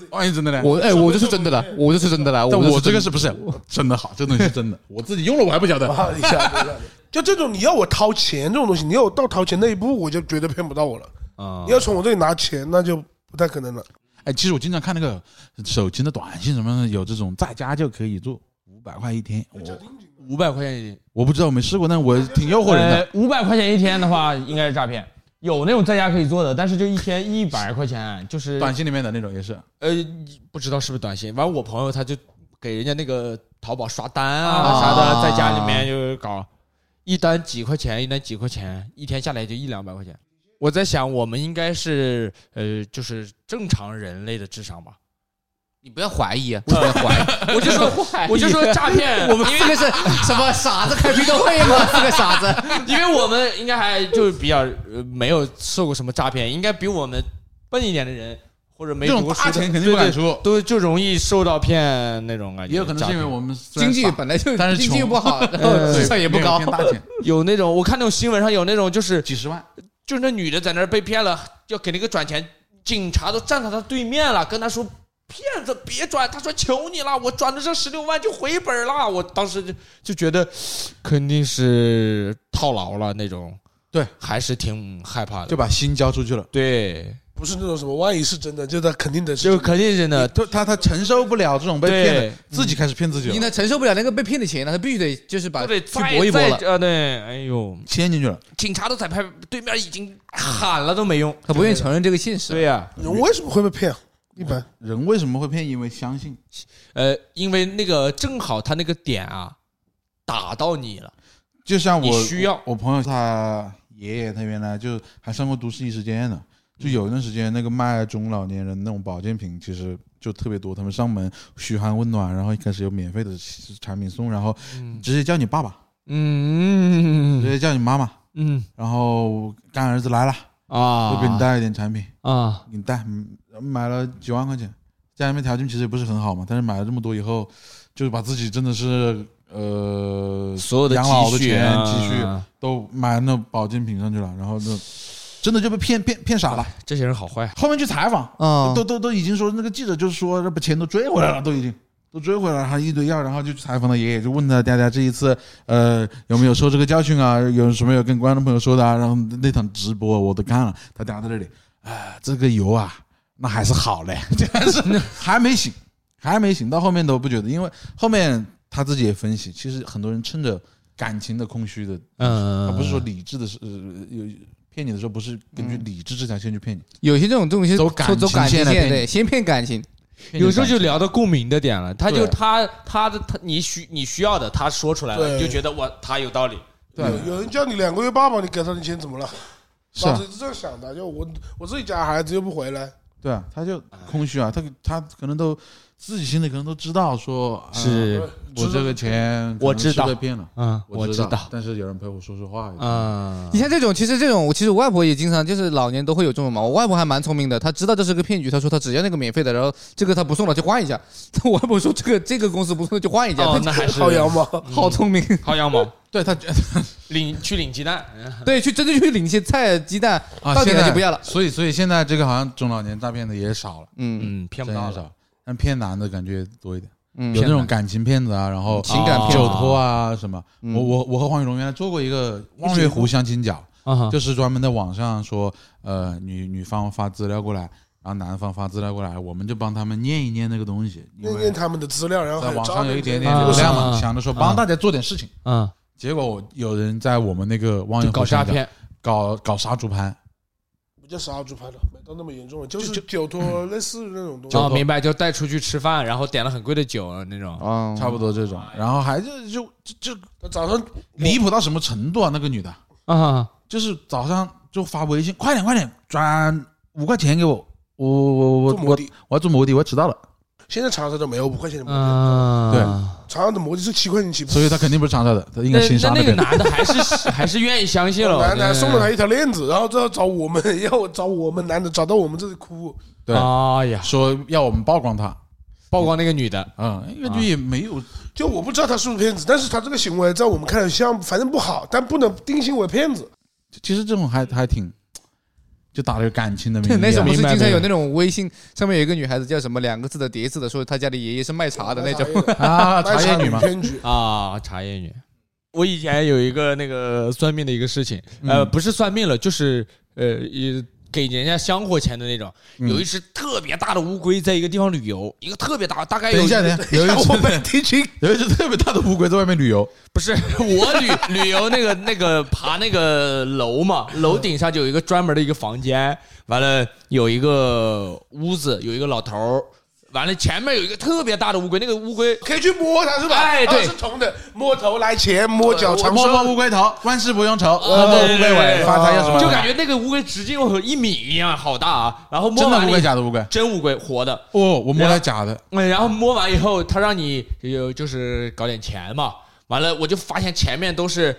C: 万一真的呢？
F: 我哎，我这是真的了，我这是真的了，
C: 但我这个
F: 这真
C: 是不是真的好？这东西是真 的，我自己用了我还不晓得。
E: 啊一下子一下子 就这种你要我掏钱这种东西，你要我到掏钱那一步，我就绝对骗不到我了。
D: 嗯
E: 你，要从我这里拿钱，那就不太可能了。
C: 哎，其实我经常看那个手机的短信什么的，有这种在家就可以做五百块一天，我
D: 五百块钱一天，
C: 我不知道，我没试过，但我挺
F: 嗯
C: 诱惑人的。
D: 呃，五百块钱一天的话，应该是诈骗。有那种在家可以做的，但是就一天一百块钱，就是
C: 短信里面的那种也是，
D: 呃，不知道是不是短信。完，我朋友他就给人家那个淘宝刷单啊
F: 啊
D: 啥的，在家里面就是搞一单几块钱，一单几块钱，一天下来就一两百块钱。我在想，我们应该是呃，就是正常人类的智商吧。
F: 你不要怀疑啊，不要怀 疑。
D: 我就说，我就说诈骗，
F: 我们这个是什么傻子开批斗会吗？这个傻子，
D: 因为我们应该还就是比较呃没有受过什么诈骗，应该比我们笨一点的人或者没
C: 这
D: 读
C: 种
D: 过
C: 大
D: 书的
C: 钱肯定不敢出，
D: 都就容易受到骗那种感觉。
C: 也有可能是因为
D: 诈骗
C: 我们虽然
F: 经
C: 嗯
F: 济
C: 傻
F: 本来就
C: 但是
F: 经济又
C: 穷
F: 不好，然后
C: 对
F: 智商也不
C: 没有
F: 高
C: 骗。 大钱
D: 有那种我看那种新闻上有那种就是
C: 几十万，
D: 就是那女的在那儿被骗了，要给那个转钱，警察都站在她对面了，跟她说骗子别转，她说求你了，我转的这十六万就回本了。我当时就就觉得肯定是套牢了那种，
C: 对，
D: 还是挺害怕
C: 就
D: 的，
C: 把心交出去了。
D: 对，
E: 不是那种什么，万一是真的，就他肯定得是
D: 就
E: 真的。
D: 肯定真的
C: 呃他他他承受不了这种被骗
D: 对
C: 的，自己开始骗自己
F: 你
C: 了，
F: 呢承受不了那个被骗的钱了，啊他必须得就是把
D: 都得
F: 去
D: 再
F: 搏一搏
D: 再
F: 了，
D: 啊，对，哎呦，
C: 陷进去了。
D: 警察都在拍对面已经喊了都没用，
F: 他不愿意承认这个现实。
D: 对呀、
E: 人为什么会被骗啊？一般
C: 人为什么会骗？因为相信。
D: 呃，因为那个正好他那个点啊，打到你了，
C: 就像我
D: 你需要
C: 我朋友他爷爷，他原来就还上过都市一时间呢。就有一段时间，那个卖中老年人那种保健品，其实就特别多。他们上门嘘寒问暖，然后一开始有免费的产品送，然后直接叫你爸爸，直
D: 嗯
C: 接叫你妈妈，
D: 嗯
C: 然后干儿子来了，
D: 啊
C: 就给你带一点产品，
D: 啊，
C: 给你带，嗯买了几万块钱。家里面条件其实也不是很好嘛，但是买了这么多以后，就是把自己真的是呃
D: 所有的
C: 养老
D: 积
C: 的
D: 蓄
C: 钱
D: 啊
C: 积蓄都买那保健品上去了，然后就真的就被骗骗骗傻了。
D: 哎这些人好坏，嗯
C: 后面去采访，
F: 啊，
C: 都都都已经说那个记者就是说把钱都追回来了，都已经都追回来了，还一堆药，然后就去采访他爷爷，就问他大家这一次呃有没有受这个教训啊， 有什么有跟观众朋友说的啊？然后那场直播我都看了，他家在那里，啊，这个油啊，那还是好嘞， 但是还没醒，还没醒，到后面都不觉得，因为后面他自己也分析，其实很多人趁着感情的空虚的
D: 嗯
C: 他啊不是说理智的是呃有骗你的时候，不是根据理智这条线去骗你，
F: 有些这种东西
C: 走
F: 走
C: 感情
F: 走感情
C: 线来骗
F: 线，
C: 你
F: 对，先骗感情，
D: 有时候就聊到共鸣的点了，他就
C: 对
D: 他他的他你需你需要的他说出来了，
E: 对
D: 你就觉得我他有道理，
C: 对
E: 有有人叫你两个月爸爸，你给他的钱怎么了？
C: 嗯是
E: 老
C: 啊
E: 子是这样想的，就我我自己家孩子又不回来，
C: 对啊，他就空虚啊，他他可能都自己心里可能都知道说，啊
D: 是
C: 我这个钱可
D: 我
C: 能
D: 知
C: 吃
D: 道
C: 了遍了，
D: 嗯，
C: 我
D: 知
C: 道，但是有人陪我说说话，
D: 啊
F: 你，像这种，其实这种，其实我外婆也经常就是老年都会有这种嘛。我外婆还蛮聪明的，她知道这是个骗局，她说她只要那个免费的，然后这个她不送了就换一家。 我外婆说这个这个公司不送就换一家，
D: 哦，那还是嗯
E: 薅羊毛，
F: 好聪明。
D: 薅羊毛，
C: 对他
D: 领去领鸡蛋，哎
F: 对，去真的去领一些菜、鸡蛋，
C: 啊，
F: 到点
C: 现
F: 了
C: 在
F: 就不要了。
C: 所以所以现在这个好像中老年诈骗的也少了，
F: 嗯
D: 嗯，骗
C: 真
D: 不
C: 的
D: 到
C: 也
D: 了，
C: 少，但骗男的感觉多一点，
F: 嗯
C: 有那种感情骗子啊，然后
F: 情感骗子
C: 酒托啊什么。
F: 嗯
C: 我我我和黄雨龙原来做过一个望月湖相亲角，
D: 啊
C: 就是专门在网上说，呃，女女方发资料过来，然后男方发资料过来，我们就帮他们念一念那个东西，因
E: 念念
C: 为
E: 他们的资料，然后
C: 在
E: 还
C: 网
E: 招
C: 上有
E: 人
C: 一点
E: 这
C: 点
E: 样
D: 啊
C: 流
E: 的
C: 量嘛，
D: 啊
C: 想着说
D: 啊
C: 帮大家做点事情。
D: 嗯，
C: 结果我有人在我们那个望月
D: 就
C: 湖
D: 搞
C: 相
D: 诈
C: 亲角
D: 骗，
C: 搞搞杀猪盘，
E: 不叫杀猪盘的，没到那么严重，就是酒托类似那种东西。
D: 哦，明白，就带出去吃饭，然后点了很贵的酒那种，
F: 啊，
C: 差不多这种，
D: 哎
C: 然后还就就就就
E: 他早上
C: 离谱到什么程度啊？那个女的，
D: 啊，
C: 就是早上就发微信，快点快点转五块钱给我，我我我
E: 做摩
C: 我
E: 的，
C: 我要做摩的，我要迟到了，
E: 现在长沙都没有五块钱的摩的，
D: 嗯，
C: 对
E: 长沙的摩的是七块钱起步。
C: 所以他肯定不是长沙的，他应该
D: 那
C: 新
D: 那
C: 沙
D: 那
C: 的梗。
D: 个男的还是 还是愿意相信了，
E: 男男
D: 对
E: 送了他一条链子，然后最后找我们， 要找我们男的找到我们这里哭，
C: 对，
D: 哎呀，
C: 说要我们曝光他，
D: 曝光那个女的，
C: 嗯，那个也没有，
E: 就我不知道他是不是骗子，但是他这个行为在我们看来像反正不好，但不能定性为骗子。
C: 其实这种还还挺，就打着感情的名义啊，
F: 那时候不是
D: 明白
F: 经常有
D: 明
F: 那
D: 白
F: 种微信上面有一个女孩子叫什么两个字的叠字的，说她家里爷爷是卖茶的那种。
C: 啊，茶叶女
E: 女
C: 嘛，
E: 骗局，
D: 啊，茶叶女。我以前有一个那个算命的一个事情，
C: 嗯
D: 呃，不是算命了，就是呃，也给人家香火钱的那种。
C: 嗯
D: 有一只特别大的乌龟在一个地方旅游，一个特别大，大概有
C: 等一下，等一 下，有一
E: 我们
C: 只
E: 听清，
C: 有一只特别大的乌龟在外面旅游，
D: 不是 我旅旅游那个那个爬那个楼嘛，楼顶上就有一个专门的一个房间，完了有一个屋子，有一个老头儿，完了前面有一个特别大的乌龟，那个乌龟
E: 可以去摸它是吧？
D: 哎对
E: 啊是铜的，摸头来钱，摸脚哦长
C: 摸摸
E: 生。
C: 乌龟头，万事不用愁，
D: 啊
C: 摸摸乌龟
D: 对对对对
C: 尾，
D: 对
C: 发财要什么？
D: 就感觉那个乌龟直径有一米一样，好大啊！然后摸
C: 真
D: 完
C: 的乌龟，
D: 了
C: 假的乌龟
D: 以，真乌龟活的，
C: 哦，我摸到假的，
D: 嗯，然后摸完以后，他让你有就是搞点钱嘛，完了我就发现前面都是。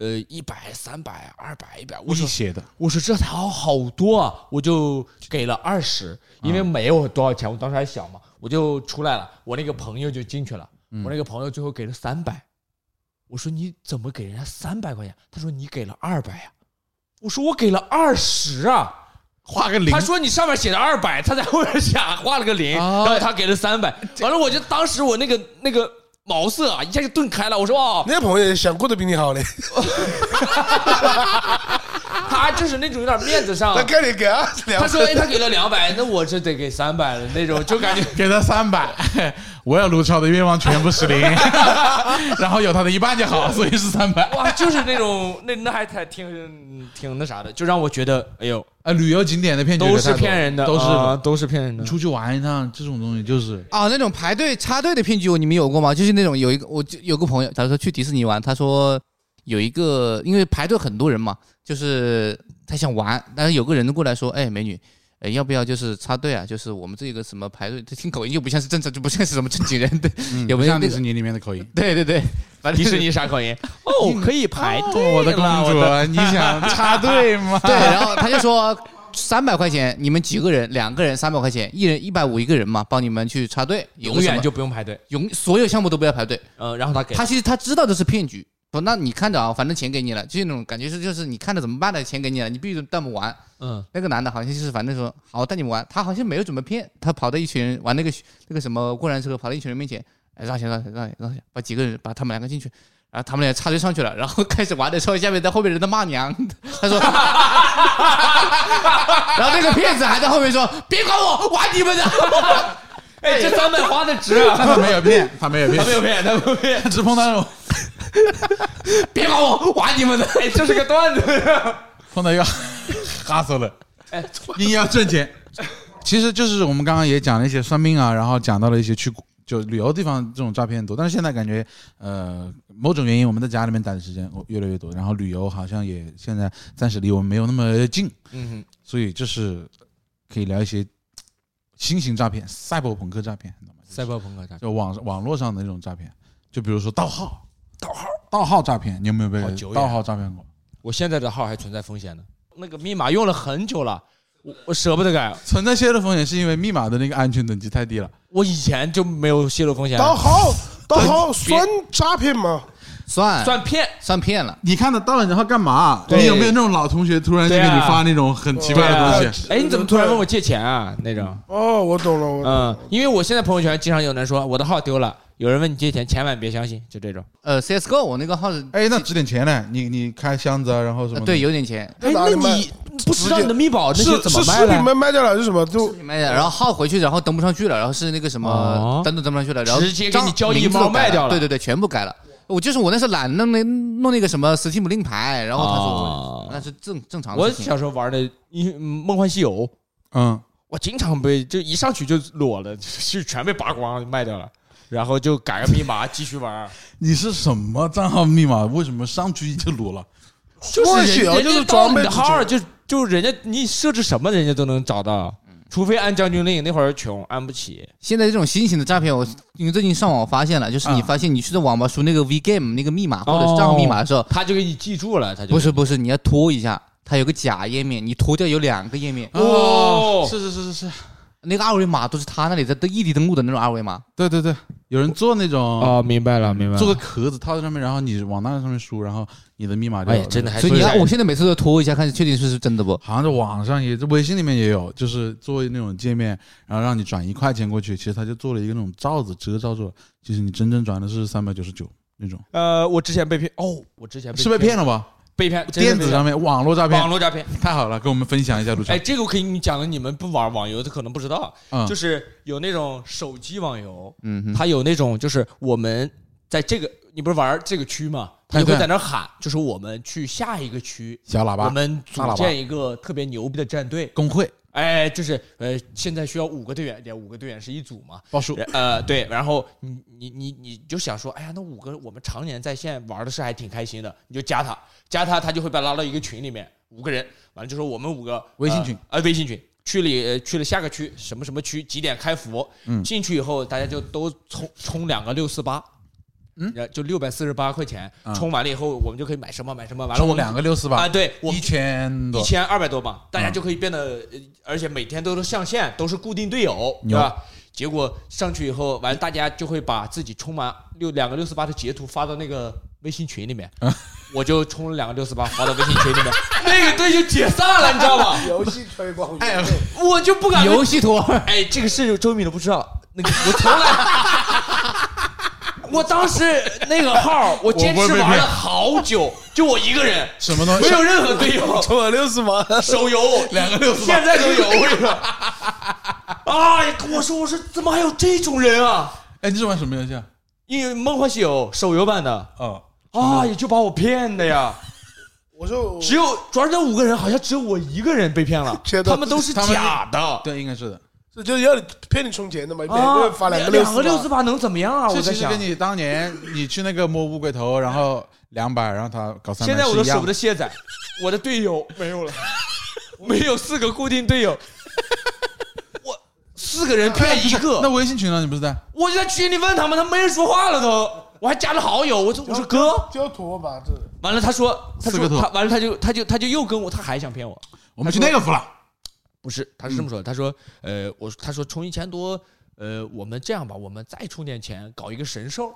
D: 呃，一百、三百、二百、一百，我
C: 威
D: 说
C: 胁的。
D: 我说这才好好多啊，我就给了二十，
C: 啊
D: 因为没有多少钱，我当时还小嘛，我就出来了。我那个朋友就进去了，
C: 嗯
D: 我那个朋友最后给了三百，我说你怎么给人家三百块钱？他说你给了二百呀，我说我给了二十啊。
C: 画个零
D: 他说你上面写着二百，他在后面假画了个零，
C: 啊
D: 然后 他给了三百。完了，我就当时我那个那个茅塞啊，一下就顿开了。我说哦，
E: 那个朋友也想过得比你好嘞，
D: 他就是那种有点面子上
E: 他，看你给啊，
D: 他
E: 他
D: 说哎，他给了两百，那我这得给三百了那种，就 感觉
C: 给他三百， 我要卢超的愿望全部是零， 然后有他的一半就好， 所以是三百。
D: 哇，就是那种那那还挺挺挺那啥的，就让我觉得，哎呦，
C: 呃，旅游景点的骗局
D: 都
C: 也太多
D: 是骗人的，
C: 都是
D: 啊都是骗人的
C: 你。出去玩一趟这种东西就是
F: 啊，那种排队插队的骗局，你们有过吗？就是那种有一个，我就有个朋友，他说去迪士尼玩，他说有一个，因为排队很多人嘛，就是他想玩，但是有个人过来说，哎，美女。哎，要不要就是插队啊？就是我们这个什么排队，这听口音就不像是正常，就不像是什么正经人对，有
C: 不
F: 没有
C: 像
F: 那
C: 迪
F: 个
C: 士尼里面的口音。
F: 对对对，反正
D: 迪士尼啥口音？ 哦，可以排队
C: 哦我的公
D: 了我
C: 主，你想插队 吗？
F: 对，然后他就说三百块钱，你们几个人？两个人三百块钱，一人一百五一个人嘛，帮你们去插队，有
D: 永
F: 个什
D: 远
F: 么
D: 就不用排队。
F: 永所有项目都不要排队。
D: 嗯，然后他给
F: 他其实他知道这是骗局，说那你看着啊，反正钱给你了，就是那种感觉是就是你看着怎么办呢？钱给你了，你必须带我们玩。
D: 嗯
F: 那个男的好像就是反正说好带你们玩，他好像没有怎么骗，他跑到一群人玩那个那个什么过山车，跑到一群人面前，哎让行让行让行让行，把几个人把他们两个进去。然后他们俩插队上去了，然后开始玩的时候，下面在后面人在骂娘，他说， 然后那个骗子还在后面说：“别管我，玩你们 的。
D: 哎，这三百花的值啊！
C: 他没有骗，他没有骗
D: 他没，有骗，他没有骗，
C: 只碰到
D: 别管我，玩你们的！哎，这是个段子。
C: 碰到一个 哈死了，
D: 哎
C: 硬要挣钱。其实就是我们刚刚也讲了一些算命啊，然后讲到了一些去就旅游地方这种诈骗多，但是现在感觉呃某种原因我们在家里面待的时间越来越多，然后旅游好像也现在暂时离我们没有那么近，
D: 嗯，
C: 所以就是可以聊一些新型诈骗、赛博朋克诈骗，你懂吗？
D: 赛博朋克诈骗
C: 就网网络上的那种诈骗，就比如说盗号、盗号、盗号诈骗，你有没有被
D: 好哦久远
C: 盗号诈骗过？
D: 我现在的号还存在风险呢，那个密码用了很久了，我我舍不得改，
C: 存在泄露风险是因为密码的那个安全等级太低了。
D: 我以前就没有泄露风险，
E: 盗号，盗号算诈骗吗？
F: 算
D: 算骗，
F: 算骗了，
C: 你看得到了，然后干嘛？
D: 对
C: 你有没有那种老同学突然就给
D: 对
C: 你
D: 啊
C: 发那种很奇
D: 对
C: 怪
D: 啊
C: 的
E: 对
C: 东
E: 啊
C: 西？
D: 哎，你怎么突然问我借钱啊？那种，
E: 哦，我懂了，我懂了
D: 嗯，因为我现在朋友圈经常有人说我的号丢了，有人问你借钱，千万别相信，就这种。
F: 呃，CSGO 我那个号是
C: 哎，那值点钱呢？你你开箱子啊，然后什么
F: 呃
C: 的？
F: 对有点钱，
E: 哎那你
D: 不
E: 知道你的
D: 密保
E: 是是食品卖卖掉了还是什么？就
F: 卖的，然后号回去，然后登不上去了，然后是那个什
D: 哦
F: 么登都登不上去了，然后
D: 直接给你
F: 账
D: 交易
F: 名字都
D: 猫卖
F: 改
D: 掉了
F: 对对对，全部改了。我就是我那是懒弄那弄那个什么 Steam 令牌，然后他说
D: 哦
F: 我那是正正常
D: 我
F: 的事情
D: 小。时候玩的《英嗯梦幻西游》，
C: 嗯，
D: 我经常被就一上去就裸了，就全被扒光了，卖掉了，然后就改个密码继续玩。
C: 你是什么账号密码？为什么上去就裸了？
E: 莫
D: 就是
E: 西
D: 人
E: 游
D: 人
E: 就是
D: 家盗
E: 装
D: 你
E: 备
D: 的号，就就人家你设置什么，人家都能找到。除非按将军令，那会儿穷按不起。
F: 现在这种新型的诈骗，我因为最近上网发现了，就是你
C: 啊
F: 发现你去在网吧输那个 V game 那个密
D: 哦
F: 码或者是账号密码的时候，
D: 他就给你记住了，他就
F: 不是不是，你要拖一下，它有个假页面，你拖掉有两个页面，
D: 哦
C: 是是是是是，
F: 那个二维码都是他那里在异地登录的那种二维码。
C: 对对对，有人做那种
D: 哦，明白了明白了。
C: 做个壳子套在上面，然后你往那上面输，然后你的密码就
D: 哎真的还
F: 所以你
D: 所以
F: 看，
D: 在
F: 我现在每次都拖一下，看确定是不是真的不？
C: 好像在网上也，微信里面也有，就是做那种界面，然后让你转一块钱过去，其实他就做了一个那种罩子遮罩住了，其实你真正转的是三百九十九那种，
D: 呃，我之前被骗哦，我之前
C: 是被骗了吧？
D: 被骗真的
C: 电
D: 被
C: 子
D: 骗
C: 上面网络诈
D: 网
C: 骗，
D: 络诈骗。
C: 太好了，跟我们分享一下陆
D: 哎，
C: 川。
D: 这个我可以跟你讲了，你们不玩网游的可能不知道，
C: 嗯，
D: 就是有那种手机网游，
F: 嗯哼，
D: 它有那种就是我们在这个你不是玩这个区吗？
C: 哎
D: 你会
C: 对
D: 在那儿喊，就是我们去下一个区，
C: 小喇
D: 我
C: 叭
D: 们组
C: 大喇叭
D: 建一个特别牛逼的战队。
C: 工会
D: 哎，就是呃，现在需要五个队员，五个队员是一组嘛。
C: 报数，
D: 呃，对，然后你你你你就想说，哎呀，那五个我们常年在线玩的是还挺开心的，你就加他，加他，他就会被拉到一个群里面，五个人，完了就说我们五个
C: 微信群，
D: 呃，呃微信群去了呃去了下个区什么什么区几点开服，
C: 嗯
D: 进去以后大家就都充充两个六四八。呃
C: 嗯，
D: 就六百四十八块钱，
C: 嗯
D: 充完了以后，我们就可以买什么买什么。完了，
C: 充
D: 我们
C: 两个六四
D: 啊，
C: 八，
D: 对，我
C: 一
D: 们
C: 千多
D: 一，千二百多嘛，大家
C: 嗯
D: 就可以变得，呃而且每天都是上线，都是固定队友，对
C: 牛
D: 吧？结果上去以后，完大家就会把自己充满六两个六四八的截图发到那个微信群里 面，我就充了两个六四八发到微信群里面，那个队就解散了，你知道吗？
E: 游戏推广，哎，
D: 我就不敢 跟
F: 游戏托儿，
D: 哎，这个事周敏都不知道，那个我从来， 我当时那个号我坚
C: 我
D: 持
C: 不会被
D: 玩
C: 骗
D: 了好久，就我一个人，
C: 什么东
D: 没
C: 西？
D: 有任何队 友。
E: 充了六十吗？
D: 手游两个六十， 现在都有。我跟 你说，啊！我说我说，怎么还有这种人啊？
C: 哎，你是玩什么游戏啊？
D: 因为《梦幻西游》手游版的
C: 哦，
D: 啊，也就把我骗的呀。
E: 我说
D: 只有主要是那五个人，好像只有我一个人被骗 了
E: 切，断
D: 他们都是假的。
C: 对，应该是的。
E: 这就是要你骗你充钱的嘛，每个
D: 啊
E: 人，发两
D: 两
E: 个六
D: 个六四
E: 十，
D: 八能怎么样啊？我
C: 这
D: 在
C: 其实
D: 想
C: 跟，你当年你去那个摸乌龟头，然后两百，然后他搞三百，
D: 现在我
C: 是
D: 都
C: 一
D: 舍
C: 样
D: 不得卸 载，我的队友没有了， 没有四个固定队友，我四个人骗一个，
C: 那微信群呢？你不是在？
D: 我就在群里问他们，他没人说话了都，我还加了好友，我说我说哥，
E: 就要驮吧，这
D: 完了他说他
C: 四个
D: 说
C: 头
D: 他完了他就他就他就又跟我他还想骗我，嗯
C: 我们去那个服了。
D: 不是他是这么说的，他说呃我他说充一千多，呃我们这样吧，我们再充点钱搞一个神兽，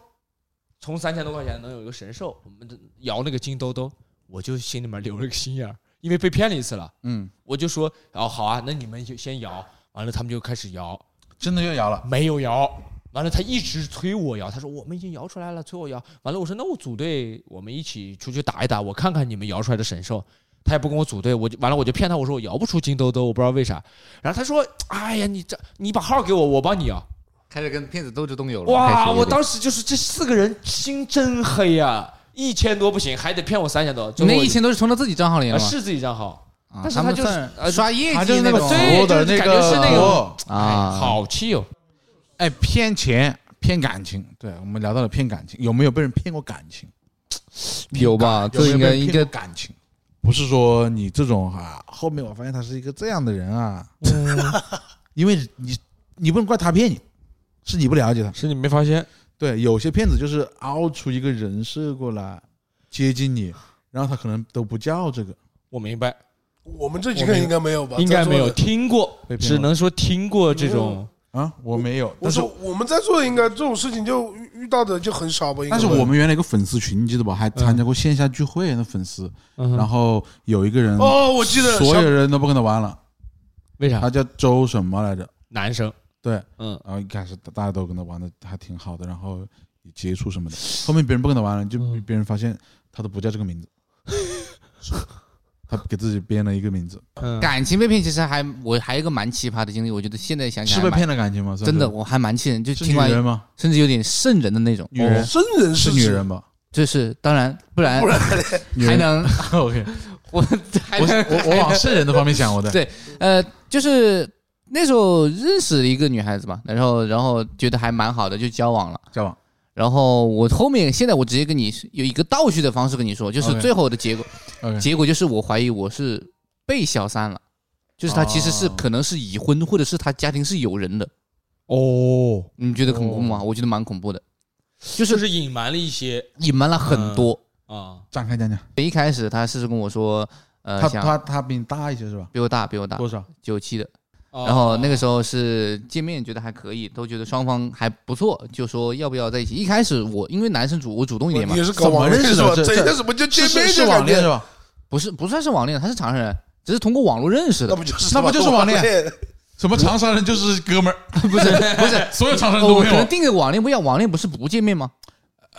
D: 充三千多块钱能有一个神兽，我们摇那个金兜兜，我就心里面留了个心眼儿，因为被骗了一次了，
C: 嗯，
D: 我就说哦好啊，那你们就先摇，完了他们就开始摇，
C: 真的又摇了。
D: 没有摇。完了，他一直催我摇，他说我们已经摇出来了，催我摇。完了，我说那我组队，我们一起出去打一打，我看看你们摇出来的神兽。他也不跟我组队，我就完了，我就骗他，我说我摇不出金兜兜，我不知道为啥。然后他说，哎呀，你这你把号给我，我帮你摇。
F: 开始跟骗子斗智斗勇了。开始
D: 哇，
F: 有点
D: 我当时就是这四个人心真黑呀、一千多不行，还得骗我三千多。
F: 你那一千都是充到自己账号里
D: 啊
F: 了吗？
D: 是自己账号，
F: 啊
D: 但是
F: 他
D: 他
F: 们
D: 就是
F: 算
D: 呃
F: 刷业
C: 他就
F: 绩
C: 是那个
F: 种
C: 服
D: 对
C: 务的
D: 就是
C: 那
D: 感觉是那
C: 个
D: 种，
F: 啊，
D: 哎，好气哦。
C: 哎，骗钱、骗感情。对，我们聊到了骗感情，有没有被人骗过感情？
F: 有吧？
C: 有没有
F: 这应
C: 被
F: 该
C: 人
F: 应
C: 骗
F: 该
C: 过感情，不是说
D: 嗯
C: 你这种啊，后面我发现他是一个这样的人啊，因为你你不能怪他骗你，是你不了解他。
D: 是你没发现？
C: 对，有些骗子就是凹出一个人设过来接近你，然后他可能都不叫这个
D: 我明白，
E: 我们这几个人应该没有吧？
D: 应该没有
E: 在座的。
D: 听过
C: 被，骗了
D: 只能说听过这种。
C: 啊，我没有。
E: 我
C: 但是
E: 说我们在座的应该这种事情就遇遇到的就很少吧？应该
C: 但是
E: 会
C: 我们原来有个粉丝群，你记得吧？还参加过线下聚会，那粉丝，
D: 嗯
C: 然
D: 哼，
C: 后有一个人，
E: 哦，我记得
C: 所
E: 像
C: 有人都不跟他玩了，
D: 为啥
C: 他叫周什么来着？
D: 男生？
C: 对，
D: 嗯，
C: 然后一开始大家都跟他玩的还挺好的，然后也接触什么的，后面别人不跟他玩了，就
D: 嗯
C: 别人发现他都不叫这个名字，他给自己编了一个名字，
D: 嗯
F: 感情被骗，其实还我还有一个蛮奇葩的经历，我觉得现在想起
C: 是
F: 来
C: 被
F: 还蛮
C: 骗的感情吗？算是
F: 真的，我还蛮气人，就是听完
C: 女人吗？
F: 甚至有点瘆人的那种。
C: 女人
F: 哦
E: 真人
C: 是
E: 指
C: 女人吧？
F: 就是当然，不然
E: 不然 嘞
C: 女
F: 还
C: 人
F: 能
C: OK，
F: 我 还
C: 我
F: 能
C: 我我往圣人的方面 想，我的
F: 对呃，就是那时候认识一个女孩子嘛，然后然后觉得还蛮好的，就交往了。
C: 交往
F: 然后我后面现在我直接跟你有一个倒叙的方式跟你说，就是
C: OK
F: 最后的结果
C: OK，
F: 结果就是我怀疑我是被小三了，就是她其实是
C: 哦
F: 可能是已婚，或者是她家庭是有人的。
D: 哦，
F: 你觉得恐怖吗？我觉得蛮恐怖的，就
D: 就是是隐瞒了一些
F: 隐瞒了很多。
C: 嗯
D: 啊，
C: 展开讲讲，
F: 一开始她是跟我说，呃，
C: 他
F: 想
C: 他他比你大一些是吧？
F: 比我大，比我大
C: 多少？
F: 九七的。
D: 然
C: 哦
F: 然后那个时候是见面觉得还可以，都觉得双方还不错，就说要不要在一起。一开始我因为男生主我主动一点嘛
E: 也，是搞网恋
C: 怎么认识的
E: 吧？
C: 这
E: 这
C: 这
E: 这怎么就是见
C: 是
E: 面
C: 是
E: 就
C: 网
E: 感
C: 恋是
E: 觉？
C: 吧？
F: 不是不算是网恋，他是长沙人，只是通过网络认识
E: 那
F: 的。
E: 不就是
C: 那不就是网恋
E: 恋？
C: 什么长沙人就是哥们儿， 不是不是， 所有长沙人
F: 哦，
C: 都
F: 我
C: 没
F: 可能
C: 有。
F: 定个网恋不一样，网恋不是不见面吗？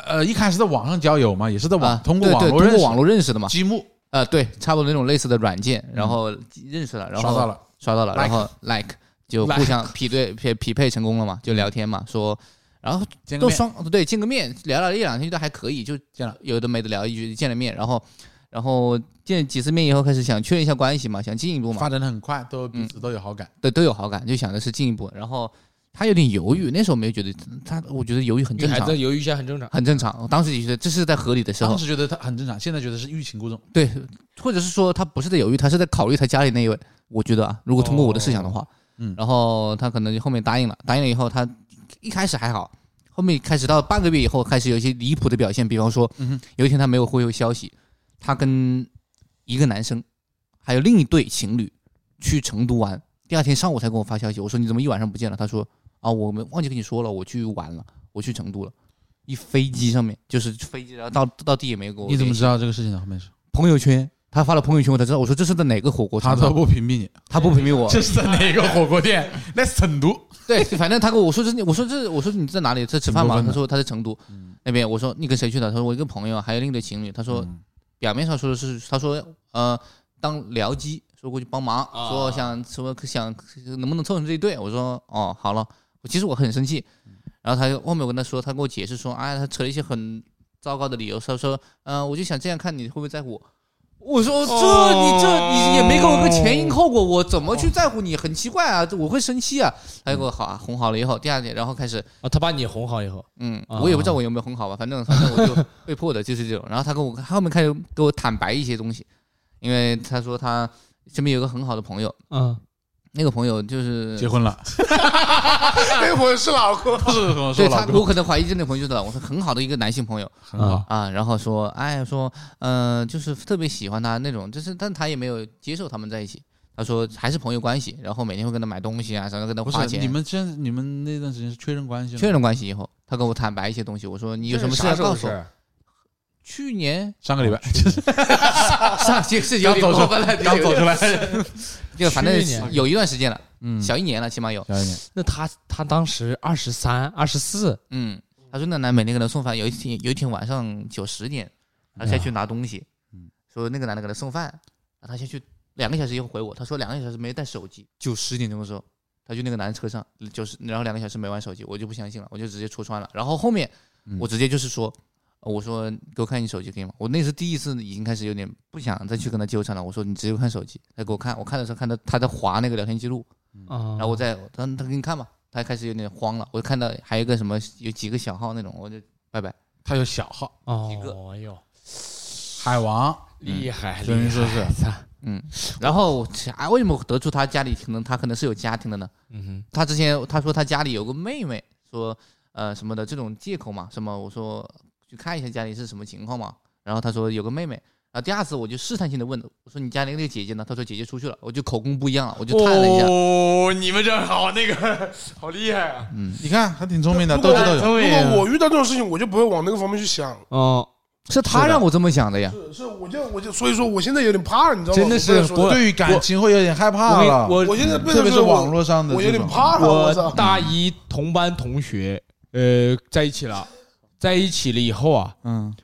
C: 呃，一开始在网上交友嘛，也是在网
F: 啊，
C: 通过
F: 对
C: 网
F: 对
C: 络
F: 通
C: 认识
F: 过网络认识的嘛。
C: 积木
F: 啊，对，差不多那种类似的软件，然后认识了，
C: 嗯
F: 然后
C: 刷到了，
F: 刷到了，
C: Like
F: 然后 like 就互相匹对匹匹配成功了嘛，就聊天嘛，说，然后
C: 见个
F: 都
C: 面
F: 双对见个面，聊了一两天觉得还可以，就这样有的没的聊一句，见了面，然后然后见几次面以后开始想确认一下关系嘛，想进一步嘛，
C: 发展的很快，都彼此都有好感。
F: 对都有好感，就想的是进一步，然后他有点犹豫，那时候没有觉得他，我觉得犹豫很
D: 女
F: 正
D: 孩
F: 常
D: 子。犹豫一下很 正常。
F: 很正常，我当时也觉得这是在合理的时候
C: 当，时觉得他很正常，现在觉得是欲擒故纵。
F: 对，或者是说他不是在犹豫，他是在考虑他家里那一位。我觉得啊，如果通过我的设想的话，
C: 嗯
F: 然后他可能就后面答应了，答应了以后，他一开始还好，后面开始到半个月以后，开始有一些离谱的表现，比方说，
C: 嗯哼
F: 有一天他没有回我消息，他跟一个男生还有另一对情侣去成都玩，第二天上午才给我发消息，我说你怎么一晚上不见了？他说啊，我们忘记跟你说了，我去玩了，我去成都了。一飞机上面就是飞机，然后到到地也没有给我
C: 你
F: 联系。
C: 怎么知道这个事情的后面是？
F: 朋友圈，他发了朋友圈，我才知道。我说这是在哪个火锅
C: 他
F: 场
C: 都
F: 所？
C: 不屏蔽你，
F: 他不屏蔽我，
C: 是在哪个火锅 店？那是成都。
F: 对，反正他跟我说这是你，我说这，我说你在哪里？在吃饭
C: 挺过
F: 吗？
C: 分的
F: 他说他在成都那边。我说你跟谁去的？他说我一个朋友，还有另一对情侣。他说
C: 嗯
F: 表面上说的是，他说呃当僚机，说过去帮忙，
D: 啊
F: 说想说想能不能凑成这一对？我说哦好了，我其实我很生气。然后他就后面我跟他说，他跟我解释说，哎，他扯了一些很糟糕的理由，他说，嗯、我就想这样看你会不会在乎我。我说这你这你也没给我个前因后果，我怎么去在乎你？很奇怪啊，这我会生气啊。他就给我好啊，哄好了以后，第二天然后开始
D: 啊，他把你哄好以后，
F: 嗯，
D: 啊
F: 我也不知道我有没有很好吧，反正反正我就被迫的就是这种。然后他跟我他后面开始给我坦白一些东西，因为他说他身边有个很好的朋友，
D: 嗯，
F: 那个朋友就是
C: 结婚了，
E: 那会儿哎是老公，
C: 不是我
F: 对
C: 说
F: 他
C: 老，
F: 我
C: 公
F: 可能怀疑这个朋友就是我说很好的一个男性朋友
C: 很好，
F: 啊，然后说哎说呃就是特别喜欢他那种，就是但他也没有接受他们在一起。他说还是朋友关系，然后每天会跟他买东西啊，然后跟他
C: 不
F: 花
C: 是
F: 钱。
C: 你们现在你们那段时间是确认关系了吗？
F: 确认关系以后，他跟我坦白一些东西，我说你有什么事
D: 这
F: 要
D: 是啥时候
F: 告
D: 的
F: 诉
D: 事
F: 我。
D: 儿？
F: 去年
C: 上个礼拜就是
F: 上期是有点过分了，
C: 刚走出来，
F: 就反正
D: 去年
F: 有一段时间了，
C: 嗯，
F: 小一年了，起码有。
C: 小一点，
D: 那他他当时二十三、二十四，
F: 嗯，他说那男每天给他送饭，有一天有一天晚上九十点，他下去拿东西，
C: 嗯
F: 说那个男的给他送饭，然后他下去两个小时以后回我，他说两个小时没带手机，就十点钟的时候，他去那个男的车上，就是然后两个小时没玩手机，我就不相信了，我就直接戳穿了。然后后面
C: 嗯
F: 我直接就是说。呃我说给我看你手机可以吗？我那是第一次已经开始有点不想再去跟他纠缠了。我说你直接看手机，他给我看，我看的时候看到他在划那个聊天记录，
D: 然
F: 嗯然后我再他他给你看吧，他开始有点慌了，我就看到还有一个什么有几个小号那种，我就拜拜。
C: 他有小号，
D: 哦
F: 几个嗯
D: 哎呦，
C: 海王，
D: 厉害，
C: 真
D: 厉
C: 是
D: 害
C: 是
D: 操
F: 然后啊，为什么得出他家里可能他可能是有家庭的呢？
D: 嗯哼，
F: 他之前他说他家里有个妹妹，说呃什么的这种借口嘛，什么我说去看一下家里是什么情况嘛，然后他说有个妹妹。然后第二次我就试探性的问了，我说你家里那个姐姐呢？他说姐姐出去了，我就口供不一样了，我就探了一下，
D: 哦，你们这好那个好厉害啊！
F: 嗯
C: 你看还挺聪明的，
E: 如
C: 斗
E: 果
C: 智
F: 哎
C: 斗勇。
D: 对
E: 如果我遇到这种事情，我就不会往那个方面去想。
D: 哦，
F: 是他让我这么想的呀。
E: 是是，我就我就所以说，我现在有点怕，你知道吗？
D: 真的是
E: 我不能说
D: 我
C: 对于感情会有点害怕了，
D: 我
E: 我现在变
C: 嗯特
E: 成
C: 别是
E: 我
C: 网络上的
E: 我有
C: 这
E: 点
C: 种。
E: 怕了，我
D: 我
E: 操！
D: 大一同班同学，呃，在一起了，在一起了以后啊，
C: 嗯，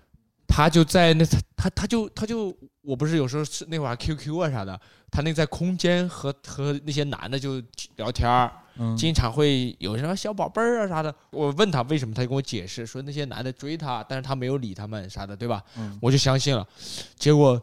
D: 他就在那他他他就他就我不是有时候是那会儿 QQ 啊啥的，他那在空间和和那些男的就聊天儿，
C: 嗯
D: 经常会有什么小宝贝儿啊啥的。我问他为什么，他就跟我解释说那些男的追他，但是他没有理他们啥的，对吧？
C: 嗯
D: 我就相信了。结果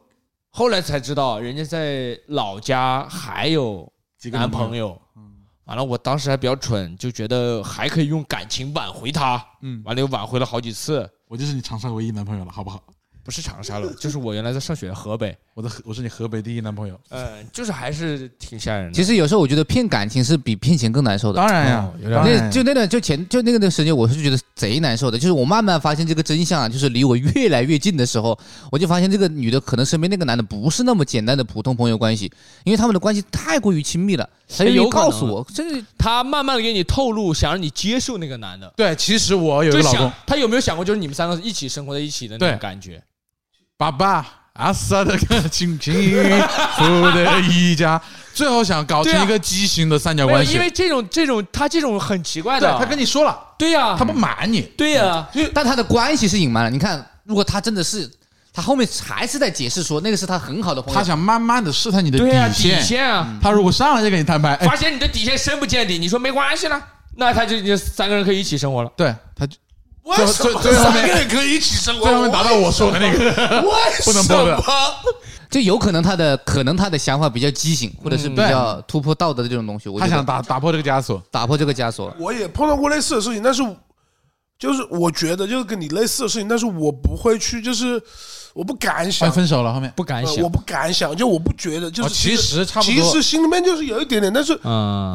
D: 后来才知道，人家在老家还有男朋友。嗯完了，我当时还比较蠢，就觉得还可以用感情挽回他。
C: 嗯
D: 完了又挽回了好几次，
C: 我就是你长沙唯一男朋友了，好不好？
D: 不是长沙了，就是我原来在上学河北。
C: 我的河我是你河北第一男朋友，
D: 嗯，就是还是挺吓人的。
F: 其实有时候我觉得骗感情是比骗钱更难受的。
C: 当然呀
D: 哦，有点
C: 当然呀
F: 那就那段就前就那个那个时间，我是觉得贼难受的。就是我慢慢发现这个真相啊，就是离我越来越近的时候，我就发现这个女的可能身边那个男的不是那么简单的普通朋友关系，因为他们的关系太过于亲密了。他
C: 哎
F: 愿意
D: 有可能
F: 告诉我，
C: 啊
F: 甚至
D: 他慢慢的给你透露，想让你接受那个男的。
C: 对，其实我有一
D: 就
C: 个老公
D: 想，他有没有想过，就是你们三个一起生活在一起的那
C: 对
D: 种感觉？
C: 爸爸阿萨的亲亲福的一家，最后想搞出一个畸形的三角
D: 没有
C: 关系。
D: 因为这种这种他这种很奇怪
C: 对
D: 的，啊
C: 他跟你说了，
D: 对啊呀、
C: 他不瞒你，
D: 对呀、
F: 但他的关系是隐瞒了。你看，如果他真的是，他后面还是在解释说那个是他很好的朋
C: 他
F: 友，
C: 想慢慢的试探你的
D: 对呀、底
C: 线。
D: 线啊！
C: 他如果上来就跟你摊牌，哎
D: 发，现你的底线深不见底，你说没关系了，那他就你三个人可以一起生活了。
C: 对，他就
E: 为
C: 最后
E: 什么
C: 最最后
E: 三
C: 面
E: 个人可以一起生活？
C: 最后面达到我说的那个，
E: 为
C: 不能
E: 什
C: 播
E: 么
C: 的？
F: 就有可能他的可能他的想法比较畸形，或者是比
C: 嗯对
F: 较突破道德的这种东西。我
C: 他
F: 觉得
C: 想打打破这个枷锁。
F: 打破这个枷锁。
E: 我也碰到过类似的事情，但是就是我觉得就是跟你类似的事情，但是我不会去，就是我不敢
C: 哎
E: 想，
C: 分手了，后面
D: 不敢
E: 呃
D: 想
E: 我，不敢想，就我不觉得，就
C: 哦
E: 是
C: 其实差不多
E: 其实心里面就是有一点点，但是
C: 啊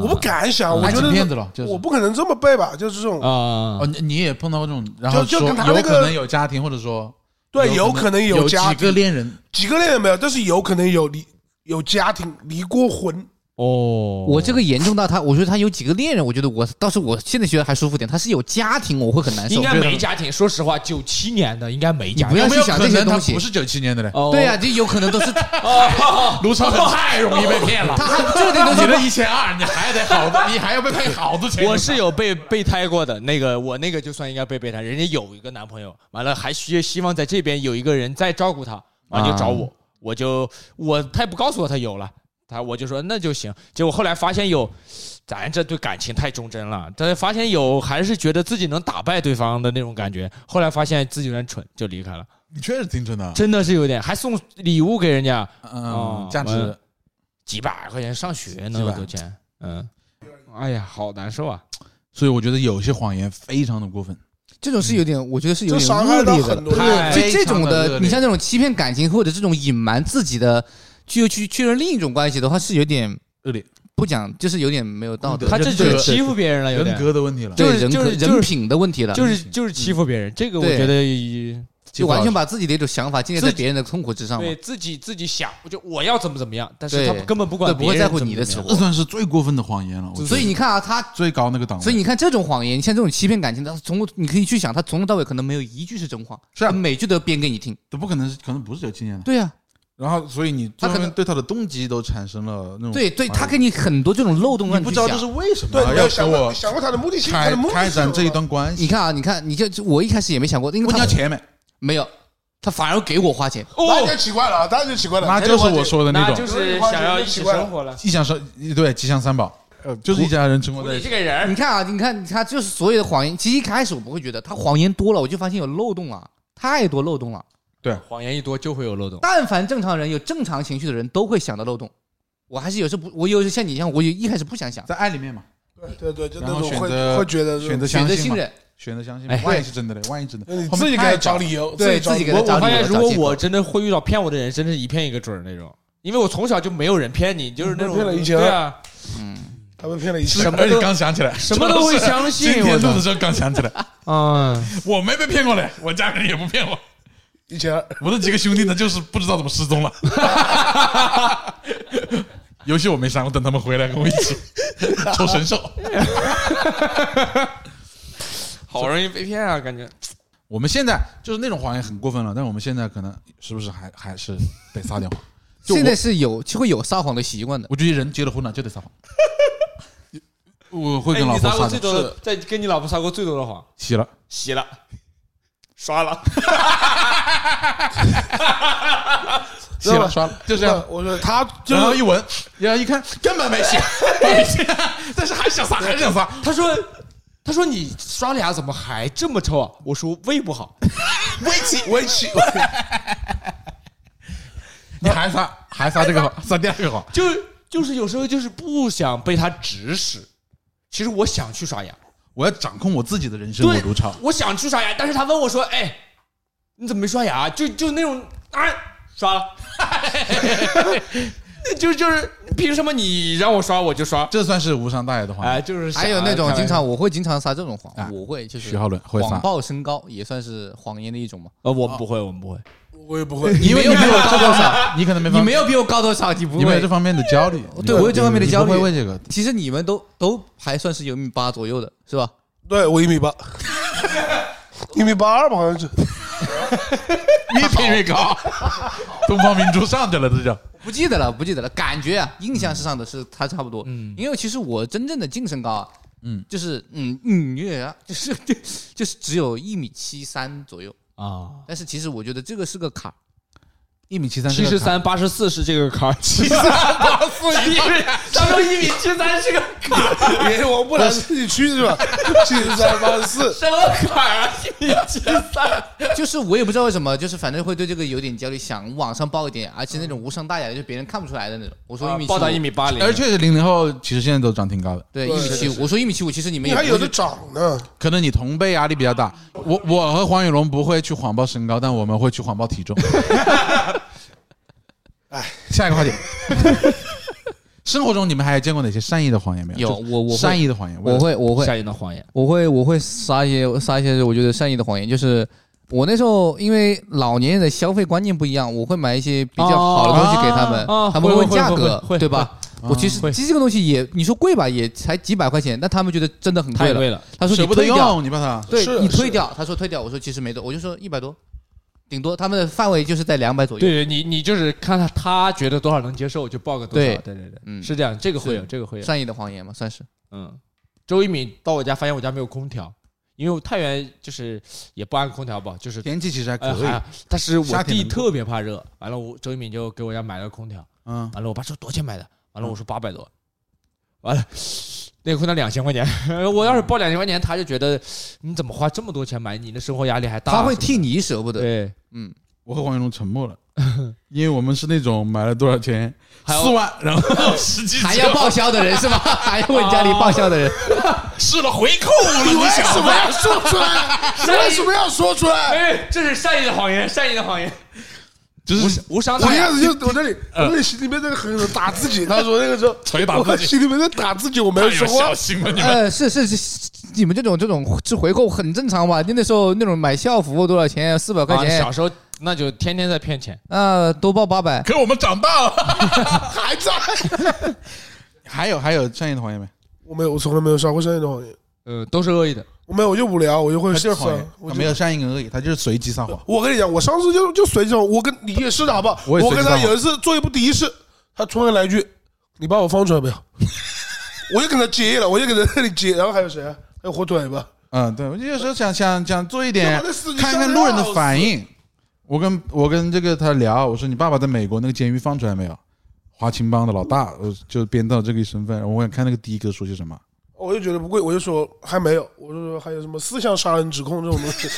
D: 嗯
E: 我不敢想，我
C: 爱
E: 觉
C: 情
E: 得
C: 骗子了，就是
E: 我不可能这么背吧，就是这种，
D: 啊
C: 哦，你你也碰到过这种，然后
E: 就就
C: 说
E: 跟他那
C: 有
E: 个
C: 可能有家庭，或者说
E: 对，有
C: 可
E: 可能
C: 有
E: 家
C: 几个
E: 庭，
C: 恋人，
E: 几个恋人没有，但是有可能有离有家庭离过婚，
D: 哦，
F: 我这个严重到他，我觉得他有几个恋人，我觉得我倒是我现在觉得还舒服点。他是有家庭，我会很难受。
D: 应该
F: 我觉得
D: 没家庭。说实话，九七年的应该没家
F: 你不
D: 庭。
F: 要
C: 有没有
F: 去想
C: 可
F: 这
C: 能
F: 些
C: 他
F: 东西
C: 不是九七年的嘞？
D: 哦
F: 对呀、这有可能都是他
C: 卢超太容易被骗了，
F: 还 这点东西
C: 你的一千二，你还得好多，你还要被骗好多钱。
D: 我是有被备胎过的，那个我那个就算应该被备胎，人家有一个男朋友，完了还需希望在这边有一个人再照顾她，完了就找我，我就我他也不告诉我他有了，他我就说那就行，结果后来发现有，咱这对感情太忠贞了，但发现有还是觉得自己能打败对方的那种感觉，后来发现自己有点蠢，就离开了，
C: 你确实挺准的，啊
D: 真的是有点，还送礼物给人家
C: 嗯
D: 哦，
C: 价值
D: 嗯几百块钱，上学
C: 几
D: 能
C: 百
D: 有多钱？嗯，哎呀，好难受啊！
C: 所以我觉得有些谎言非常的过分，
F: 这种是有点，我觉得是有
E: 这
F: 点
E: 伤害
F: 恶
E: 到
F: 劣
E: 很
F: 的。
E: 多
D: 太
E: 人。
F: 就这种
C: 非常的恶劣
F: 的，你像这种欺骗感情或者这种隐瞒自己的，去去确认另一种关系的话，是有点
C: 恶劣，
F: 不讲，就是有点没有道德，
D: 他这就
C: 人格
D: 是欺负别人了，有点
C: 人。格的问题了，
F: 对
D: 就是
F: 人
D: 就
F: 格
D: 是就是
F: 人品的问题了，
D: 就是就是欺负别人，这个我
F: 对
D: 觉得也
F: 就完全把自己的一种想法建立在
D: 自己
F: 别人的痛苦之上嘛
D: 对。自己自己想，就我要怎么怎么样，但是
F: 对
D: 他根本不管
F: 对不会
D: 别人
F: 在乎
D: 怎么
F: 你的
D: 怎么样
F: 死
C: 这算是最过分的谎言了。我觉得
F: 所以你看啊，他
C: 最高那个档位，
F: 所以你看这种谎言，像这种欺骗感情，他从你可以去想，他从头到尾可能没有一句是真话，
C: 是啊
F: 他每句都编给你听。
C: 都不可能是，可能不是九七年的。
F: 对啊，
C: 然后，所以你
F: 他可能
C: 最后面对他的动机都产生了那种
F: 对对，
C: 怀疑
F: 他给你很多这种漏洞让
C: 你不
F: 去
C: 知道这
F: 想
C: 是。为什么啊
E: 对，没
C: 要
E: 有
C: 跟
E: 想过
C: 我
E: 想过他的目的性，他
C: 开
E: 的目的
C: 开
E: 是什
C: 展
E: 么
C: 这一段关
F: 你
C: 系？
F: 看啊，你看，你就我一开始也没想过，因为
C: 问
F: 他
C: 你要钱没？
F: 没有，他反而给我花钱。
E: 那
D: 哦
E: 就，奇怪了，那就奇怪了，
C: 那就是我说的
D: 那
C: 那种
D: 就是想要一起生活了。
C: 一想说对吉祥三宝，呃，就是一家人生活在
D: 你
C: 一起
D: 这。个人
F: 你看啊，你看他就是所有的谎言，其实一开始我不会觉得他谎言多了，我就发现有漏洞了，太多漏洞了。
D: 谎言一多就会有漏洞。
F: 但凡正常人有正常情绪的人都会想到漏洞。我还是有时候不，我有时候像你一样，我有一开始不想想，
C: 在爱里面嘛，
E: 对对对，就
C: 然
E: 那
C: 后
E: 种
C: 选
E: 会
C: 择
E: 会觉得
C: 呃选择
F: 选择
C: 信
F: 信
C: 嘛，
F: 任。
C: 选择相信嘛
D: 哎，
C: 万一是真的嘞，万一是真的
E: 你，
C: 后面
E: 自己给
C: 太
E: 他找
C: 搞
E: 理由，
F: 对
E: 己找
F: 自己
E: 理
F: 给
E: 由
F: 他
D: 我
F: 找
D: 我
F: 理
D: 发
F: 由找
D: 现，如果
F: 借口
D: 我真的会遇到骗我的人，真的是一骗一个准儿那种。因为我从小就没有人骗你，就是那种
E: 被骗了一千二
D: 对啊，
E: 他被骗了一千
D: 什
E: 二。
D: 么
C: 而且
D: 都
C: 刚想起来，
D: 什么都会相信
C: 今天
D: 我操
C: 录的时候刚想起来，
D: 嗯，
C: 我没被骗过嘞，我家人也不骗我，
E: 一千二，
C: 我那几个兄弟呢，就是不知道怎么失 踪了。游戏我没删，我等他们回来跟我一 起抽神兽。
D: 好容易被骗啊，感觉
C: 我们现在就是那种谎言很过分了，但是我们现在可能是不是还还是得撒点谎？就我
F: 现在是有就会有撒谎的习惯的。
C: 我觉得人结了婚了就得 撒谎。我会
D: 哎，
C: 跟老
D: 你
C: 婆
D: 撒
C: 撒
D: 过
C: 谎
D: 最
C: 是
D: 多的，在跟你老婆撒过最多的谎，
C: 洗了，
D: 洗了，刷了，
C: 洗了，刷了，就这样。
E: 我说他就
C: 然后
E: 是
C: 一闻，然后一看，根本没洗，没洗，但是还想撒，还想撒。
D: 他说。他说：“你刷牙怎么还这么臭啊？”我说：“胃不好。
E: 围棋，
C: 你还撒，还撒这个谎，撒第二个谎。
D: 就”就是有时候就是不想被他指使。其实我想去刷牙，
C: 我要掌控我自己的人生，我
D: 对，
C: 如潮。
D: 我想去刷牙，但是他问我说：“哎，你怎么没刷牙？”就就那种啊，刷了， 就就是凭什么你让我刷我就刷？
C: 这算是无伤大雅的谎
D: 哎，
C: 言。
D: 就是
F: 还有那种
D: 想
F: 经常我会经常撒这种
C: 啊
F: 谎，我会就是
C: 徐浩伦会撒
F: 谎报身高也算是谎言的一种嘛。
D: 呃，我们不会，我们不会。
E: 我也不会。
C: 因为你没有这方面，你可能没
F: 你
C: 方
F: 没有比我高多少，你不
C: 你没有
F: 会
C: 这。方面的焦虑。
F: 对我有这方面的焦虑
C: 你不会为这个。
F: 其实你们都都还算是有一米八左右的，是吧？
E: 对我一米八， 一米八二吧，好像是。
C: 越变越高， 东方明珠上去了，这叫
F: 不记得了，不记得了，感觉啊，印象是上的是他差不多。嗯，因为其实我真正的净身高啊，
C: 嗯，
F: 就是嗯嗯，有点啊就是 就是只有一米七三左右啊。但是其实我觉得这个是个坎儿，
C: 一米七三，
D: 七十三、八十四是这个坎儿，七三八四一，他说一米七三是个坎儿，
E: 也我不能自己去是吧？七十三八十四，
D: 什么坎儿啊？一米七三，
F: 就是我也不知道为什么，就是反正会对这个有点焦虑，想往上报一点，而且那种无伤大雅的，就别人看不出来的那种。我说一米七五，
D: 报啊到一米八零，
C: 而确实零零后其实现在都长挺高的，
F: 对一
E: 对
F: 米七
E: 是
F: 五，我说一米七五，其实你们
E: 你
F: 也
E: 还
F: 不
E: 有
F: 会
E: 的长呢。
C: 可能你同辈压力比较大。我我和黄雨龙不会去谎报身高，但我们会去谎报体重。哎，下一个话题。 生活中你们还有见过哪些善意的谎言没有？
F: 有
C: 就
F: 我我会
C: 善意的谎言，
F: 我会我会
D: 下一段谎言，
F: 我会我会撒一些撒一些我觉得善意的谎言，就是我那时候因为老年人的消费观念不一样，我会买一些比较好的东西给他们，
D: 哦哦
F: 他们
D: 会
F: 问
D: 会
F: 价
D: 会
F: 格
D: 会，会
F: 对吧？我其实
D: 会
F: 其实这个东西也你说贵吧，也才几百块钱，但他们觉得真的很贵
D: 太
F: 了。
D: 贵了，
F: 他说
C: 啊舍
F: 你
C: 不得
F: 退掉，
C: 用，你把它
E: 是
F: 对你
E: 是
F: 退掉，他说退掉，我说其实没多，我就说一百多，顶多他们的范围就是在两百左右。
D: 对对，你你就是看他他觉得多少能接受就报个多少，
F: 对
D: 对对对，
F: 嗯
D: 是这样，这个会有
F: 是
D: 这个会有，
F: 善意的谎言嘛，算是
D: 嗯，周一敏到我家发现我家没有空调，因为太原就是也不安空调吧，就是
C: 天气其实哎还可
D: 呃
C: 以。
D: 还但是
C: 夏
D: 我
C: 天
D: 弟
C: 能够
D: 特别怕热，完了我周一敏就给我家买了个空调，
C: 嗯，
D: 完了我爸说多少钱买的，完了我说八百多，完了。那个空调两千块钱， 我要是报两千块钱，他就觉得你怎么花这么多钱买，你的生活压力还大。
F: 他会替你舍不得。
D: 对，
F: 嗯，
C: 我和黄云龙沉 默了，因为我们是那种买了多少钱，
D: 还有
C: 四万，然后实际
F: 还要报销的人是吧？ 还要问家里报销的人，
C: 吃了回扣
E: 你
C: 了，
E: 为
C: 你想
E: 什么要说出来？你 为什么要说出来？
D: 哎，这是善意的谎言，善意的谎言，
C: 就是
D: 无伤
E: 我
D: 大
E: 一
D: 雅
E: 开。始就我这里，我这里心里面在那狠狠打自己。他说那个时候
C: 嗯 捶打
E: 我
C: 自己，
E: 心里面在打自己，我没有
C: 太
E: 说
C: 有
E: 话
C: 孝。心了你们。
F: 呃，是是是，你们这种这种吃回扣很正常吧？就那时候那种买校服多少钱？四百块
D: 啊，
F: 钱
D: 小，时候那就天天在骗钱。
F: 呃，都报八百。
C: 可是我们长大了，
E: 还在。
C: 还有还有善意的谎言没？
E: 我没有，我从来没有刷过善意的谎言。
D: 呃，都是恶意的。
E: 我没有，我就无聊，我就会
C: 他就是
E: 刷
C: 谎言，
E: 我
C: 他
E: 就
C: 没有善意跟恶意，他就是随机撒谎。
E: 我跟你讲，我上次就就随这种，我跟你也是的好不好？
C: 我
E: 我
C: 也随机
E: 跟
C: 撒
E: 他
C: 谎
E: 有一次做一步第一次，他突然来一句：“你把我放出来没有？”我就跟他接了，我就跟他那里接，然后还有谁啊？还有火腿吧？
C: 嗯，对，我就有时候想想想做一点
E: 他妈的司，机
C: 看看路人的反应。我跟我跟这个他聊，我说你爸爸在美国那个监狱放出来没有？华青帮的老大，我就编造这个身份，我想看那个的哥说些什么。
E: 我就觉得不贵，我就说还没有，我就说还有什么思想杀人指控这种东西，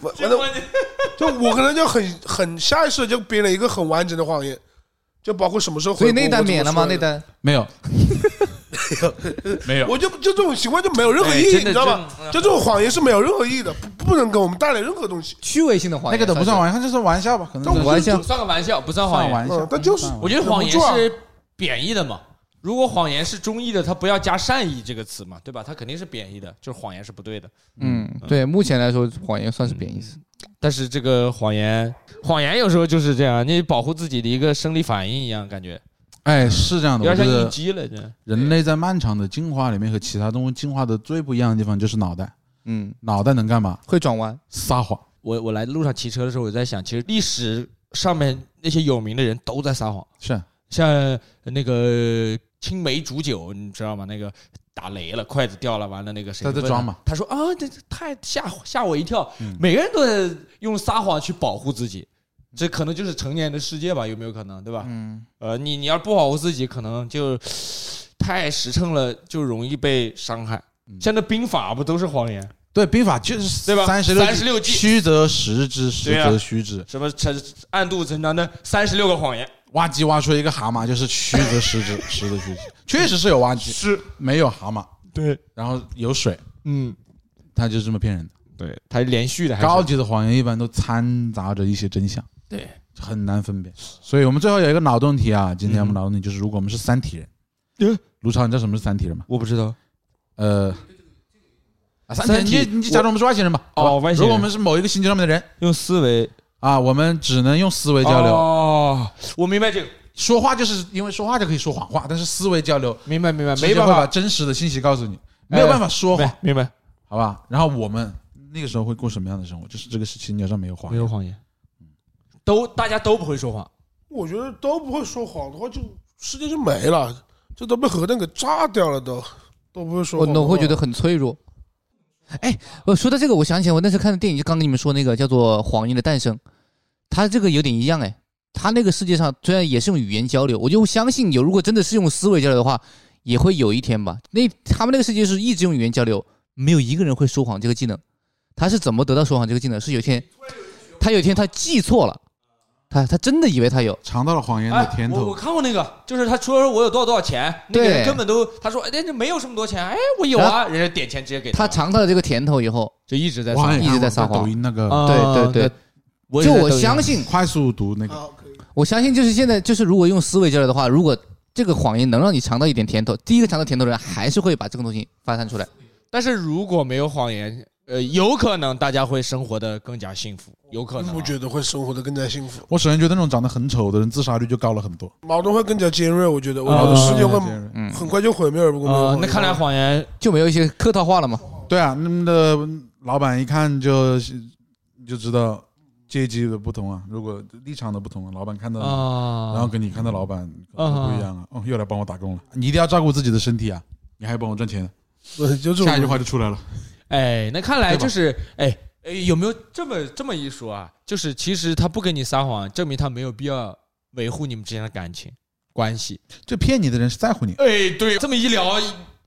E: 完完了，就我可能就很很下意识地就编了一个很完整的谎言，就包括什么时候回
F: 所
E: 国。
F: 以那单免了吗？
E: 我
F: 那
E: 怎么出来的
F: 单
C: 没有，没有，
E: 我就就这种行为就没有任何意义，
D: 哎真
E: 你
D: 的
E: 知道吧？就这种谎言是没有任何意义的，不不不能给我们带来任何东西。
F: 趣味性的谎
C: 那
F: 言，
C: 个都不算玩笑，哎就是玩笑吧，可能
E: 但
C: 就是
E: 我
F: 玩笑
D: 算个玩笑，不算谎
C: 算
D: 言。
C: 玩笑
E: 嗯，，但就是
C: 算玩
D: 我
C: 笑
D: 觉得谎言
E: 忍不住啊
D: 是贬义的嘛。如果谎言是中义的，它不要加善意这个词嘛，对吧？它肯定是贬义的，就是谎言是不对的。
F: 嗯，对，目前来说谎言算是贬义词。
D: 但是这个谎言，谎言有时候就是这样，你保护自己的一个生理反应一样，感觉
C: 哎，是这样
D: 有
C: 的，我觉
D: 点像应
C: 得
D: 激了，真的。
C: 人类在漫长的进化里面和其他动物进化的最不一样的地方就是脑袋，
F: 嗯，
C: 脑袋能干嘛？
F: 会转弯。
C: 撒谎。
D: 我我来路上骑车的时候，我在想，其实历史上面那些有名的人都在撒谎，
C: 是，
D: 像那个青梅煮酒，你知道吗？那个打雷了，筷子掉了，完了那个谁
C: 他在
D: 问
C: 装嘛？
D: 他说啊，这这太吓吓我一跳
C: 嗯。
D: 每个人都在用撒谎去保护自己，这可能就是成年人的世界吧？有没有可能？对吧？
C: 嗯，
D: 呃，你你要不保护自己，可能就太实诚了，就容易被伤害。现在兵法不都是谎言？
C: 对，兵法就是
D: 对吧
C: 三十
D: 36计
C: 虚则实之，实
D: 对啊
C: 则虚之。
D: 什么陈暗度陈仓的三十六个谎言？
C: 挖机挖出一个蛤蟆，就是虚则实 之，实则虚之。确实是有挖机，是没有蛤蟆，
D: 对，
C: 然后有水，
D: 嗯，
C: 它就是这么骗人的。
D: 对，它是连续的还是
C: 高级的谎言一般都掺杂着一些真相，
D: 对，
C: 很难分辨。所以我们最后有一个脑洞题啊，今天我们脑洞题就是，如果我们是三体人，
D: 嗯
C: 卢超，你知道什么是三体人吗？
D: 我不知道。
C: 呃，啊，三体
D: 三
C: 人，
D: 体
C: 你你就假装我们是外星人吧？
D: 哦
C: 好吧
D: 外星人
C: 如果我们是某一个星球上面的人
D: 用思维
C: 啊，我们只能用思维交流，
D: 哦，我明白这个，
C: 说话就是因为说话就可以说谎话，但是思维交流
D: 明白明白，
C: 直
D: 没
C: 接
D: 办
C: 会把
D: 法，哎
C: 真实的信息告诉你，没有办法说
D: 明
C: 谎，
D: 白明白，
C: 好吧？然后我们那个时候会过什么样的生活？就是这个星球上没有谎
D: 没，有谎言，都大家都不会说谎，
E: 我觉得都不会说谎的话，就世界就没了，这都被核弹给炸掉了都，都不会说
F: 我
E: 谎的话。
F: 我会觉得很脆弱。哎，我说到这个，我想起来我那时候看的电影，就刚跟你们说那个叫做《谎言的诞生》，它这个有点一样哎。它那个世界上虽然也是用语言交流，我就相信有，如果真的是用思维交流的话，也会有一天吧。那他们那个世界是一直用语言交流，没有一个人会说谎这个技能。他是怎么得到说谎这个技能？是有一天，他有一天他记错了，他他真的以为他有，
C: 尝到了谎言的甜
D: 哎我我
C: 头。
D: 看过那个，就是他说我有多少多少钱，那个
F: 对
D: 人根本都他说哎，那没有这么多钱，哎，我有啊，人家点钱直接给
F: 他
D: 他
F: 尝到了这个甜头以后，
D: 就一直在
C: 我
D: 撒
C: 也
F: 一直
C: 看
F: 在
C: 过
F: 撒谎
C: 抖音那个
D: 谎，嗯
F: 对对
D: 啊
F: 对，，
D: 我也
F: 就
D: 在
F: 我
D: 抖音
F: 相信
C: 快速读那个，
D: 嗯
E: 啊，可以。
F: 我相信就是现在，就是如果用思维交流的话，如果这个谎言能让你尝到一点甜头，第一个尝到甜头的人还是会把这个东西发散出来。
D: 但是如果没有谎言，呃，有可能大家会生活的更加幸福，有可能啊、
E: 不觉得会生活的更加幸福，
C: 我首先觉得那种长得很丑的人自杀率就高了很多。
E: 矛盾会更加尖锐。我觉得，我
D: 啊
E: 觉得世界会
C: 尖锐
F: 嗯，
E: 很快就毁灭了。如果没有
C: 哦
D: 呃
E: 谎，言
D: 那
E: 的话
D: 看来谎言
F: 就没有一些客套话了嘛。
C: 对啊，那么的老板一看就是就知道阶级的不同啊，如果立场的不同啊，老板看到你，
D: 啊，
C: 然后跟你看到老板可能不一样啊，哦，又来帮我打工了，你一定要照顾自己的身体啊，你还要帮我赚钱，
E: 对就这种
C: 下一句话就出来了，
D: 哎，那看来
C: 对吧
D: 就是哎。哎，有没有这么这么一说啊？就是其实他不跟你撒谎，证明他没有必要维护你们之间的感情关系。
C: 这骗你的人是在乎你，
D: 哎，对，这么一聊，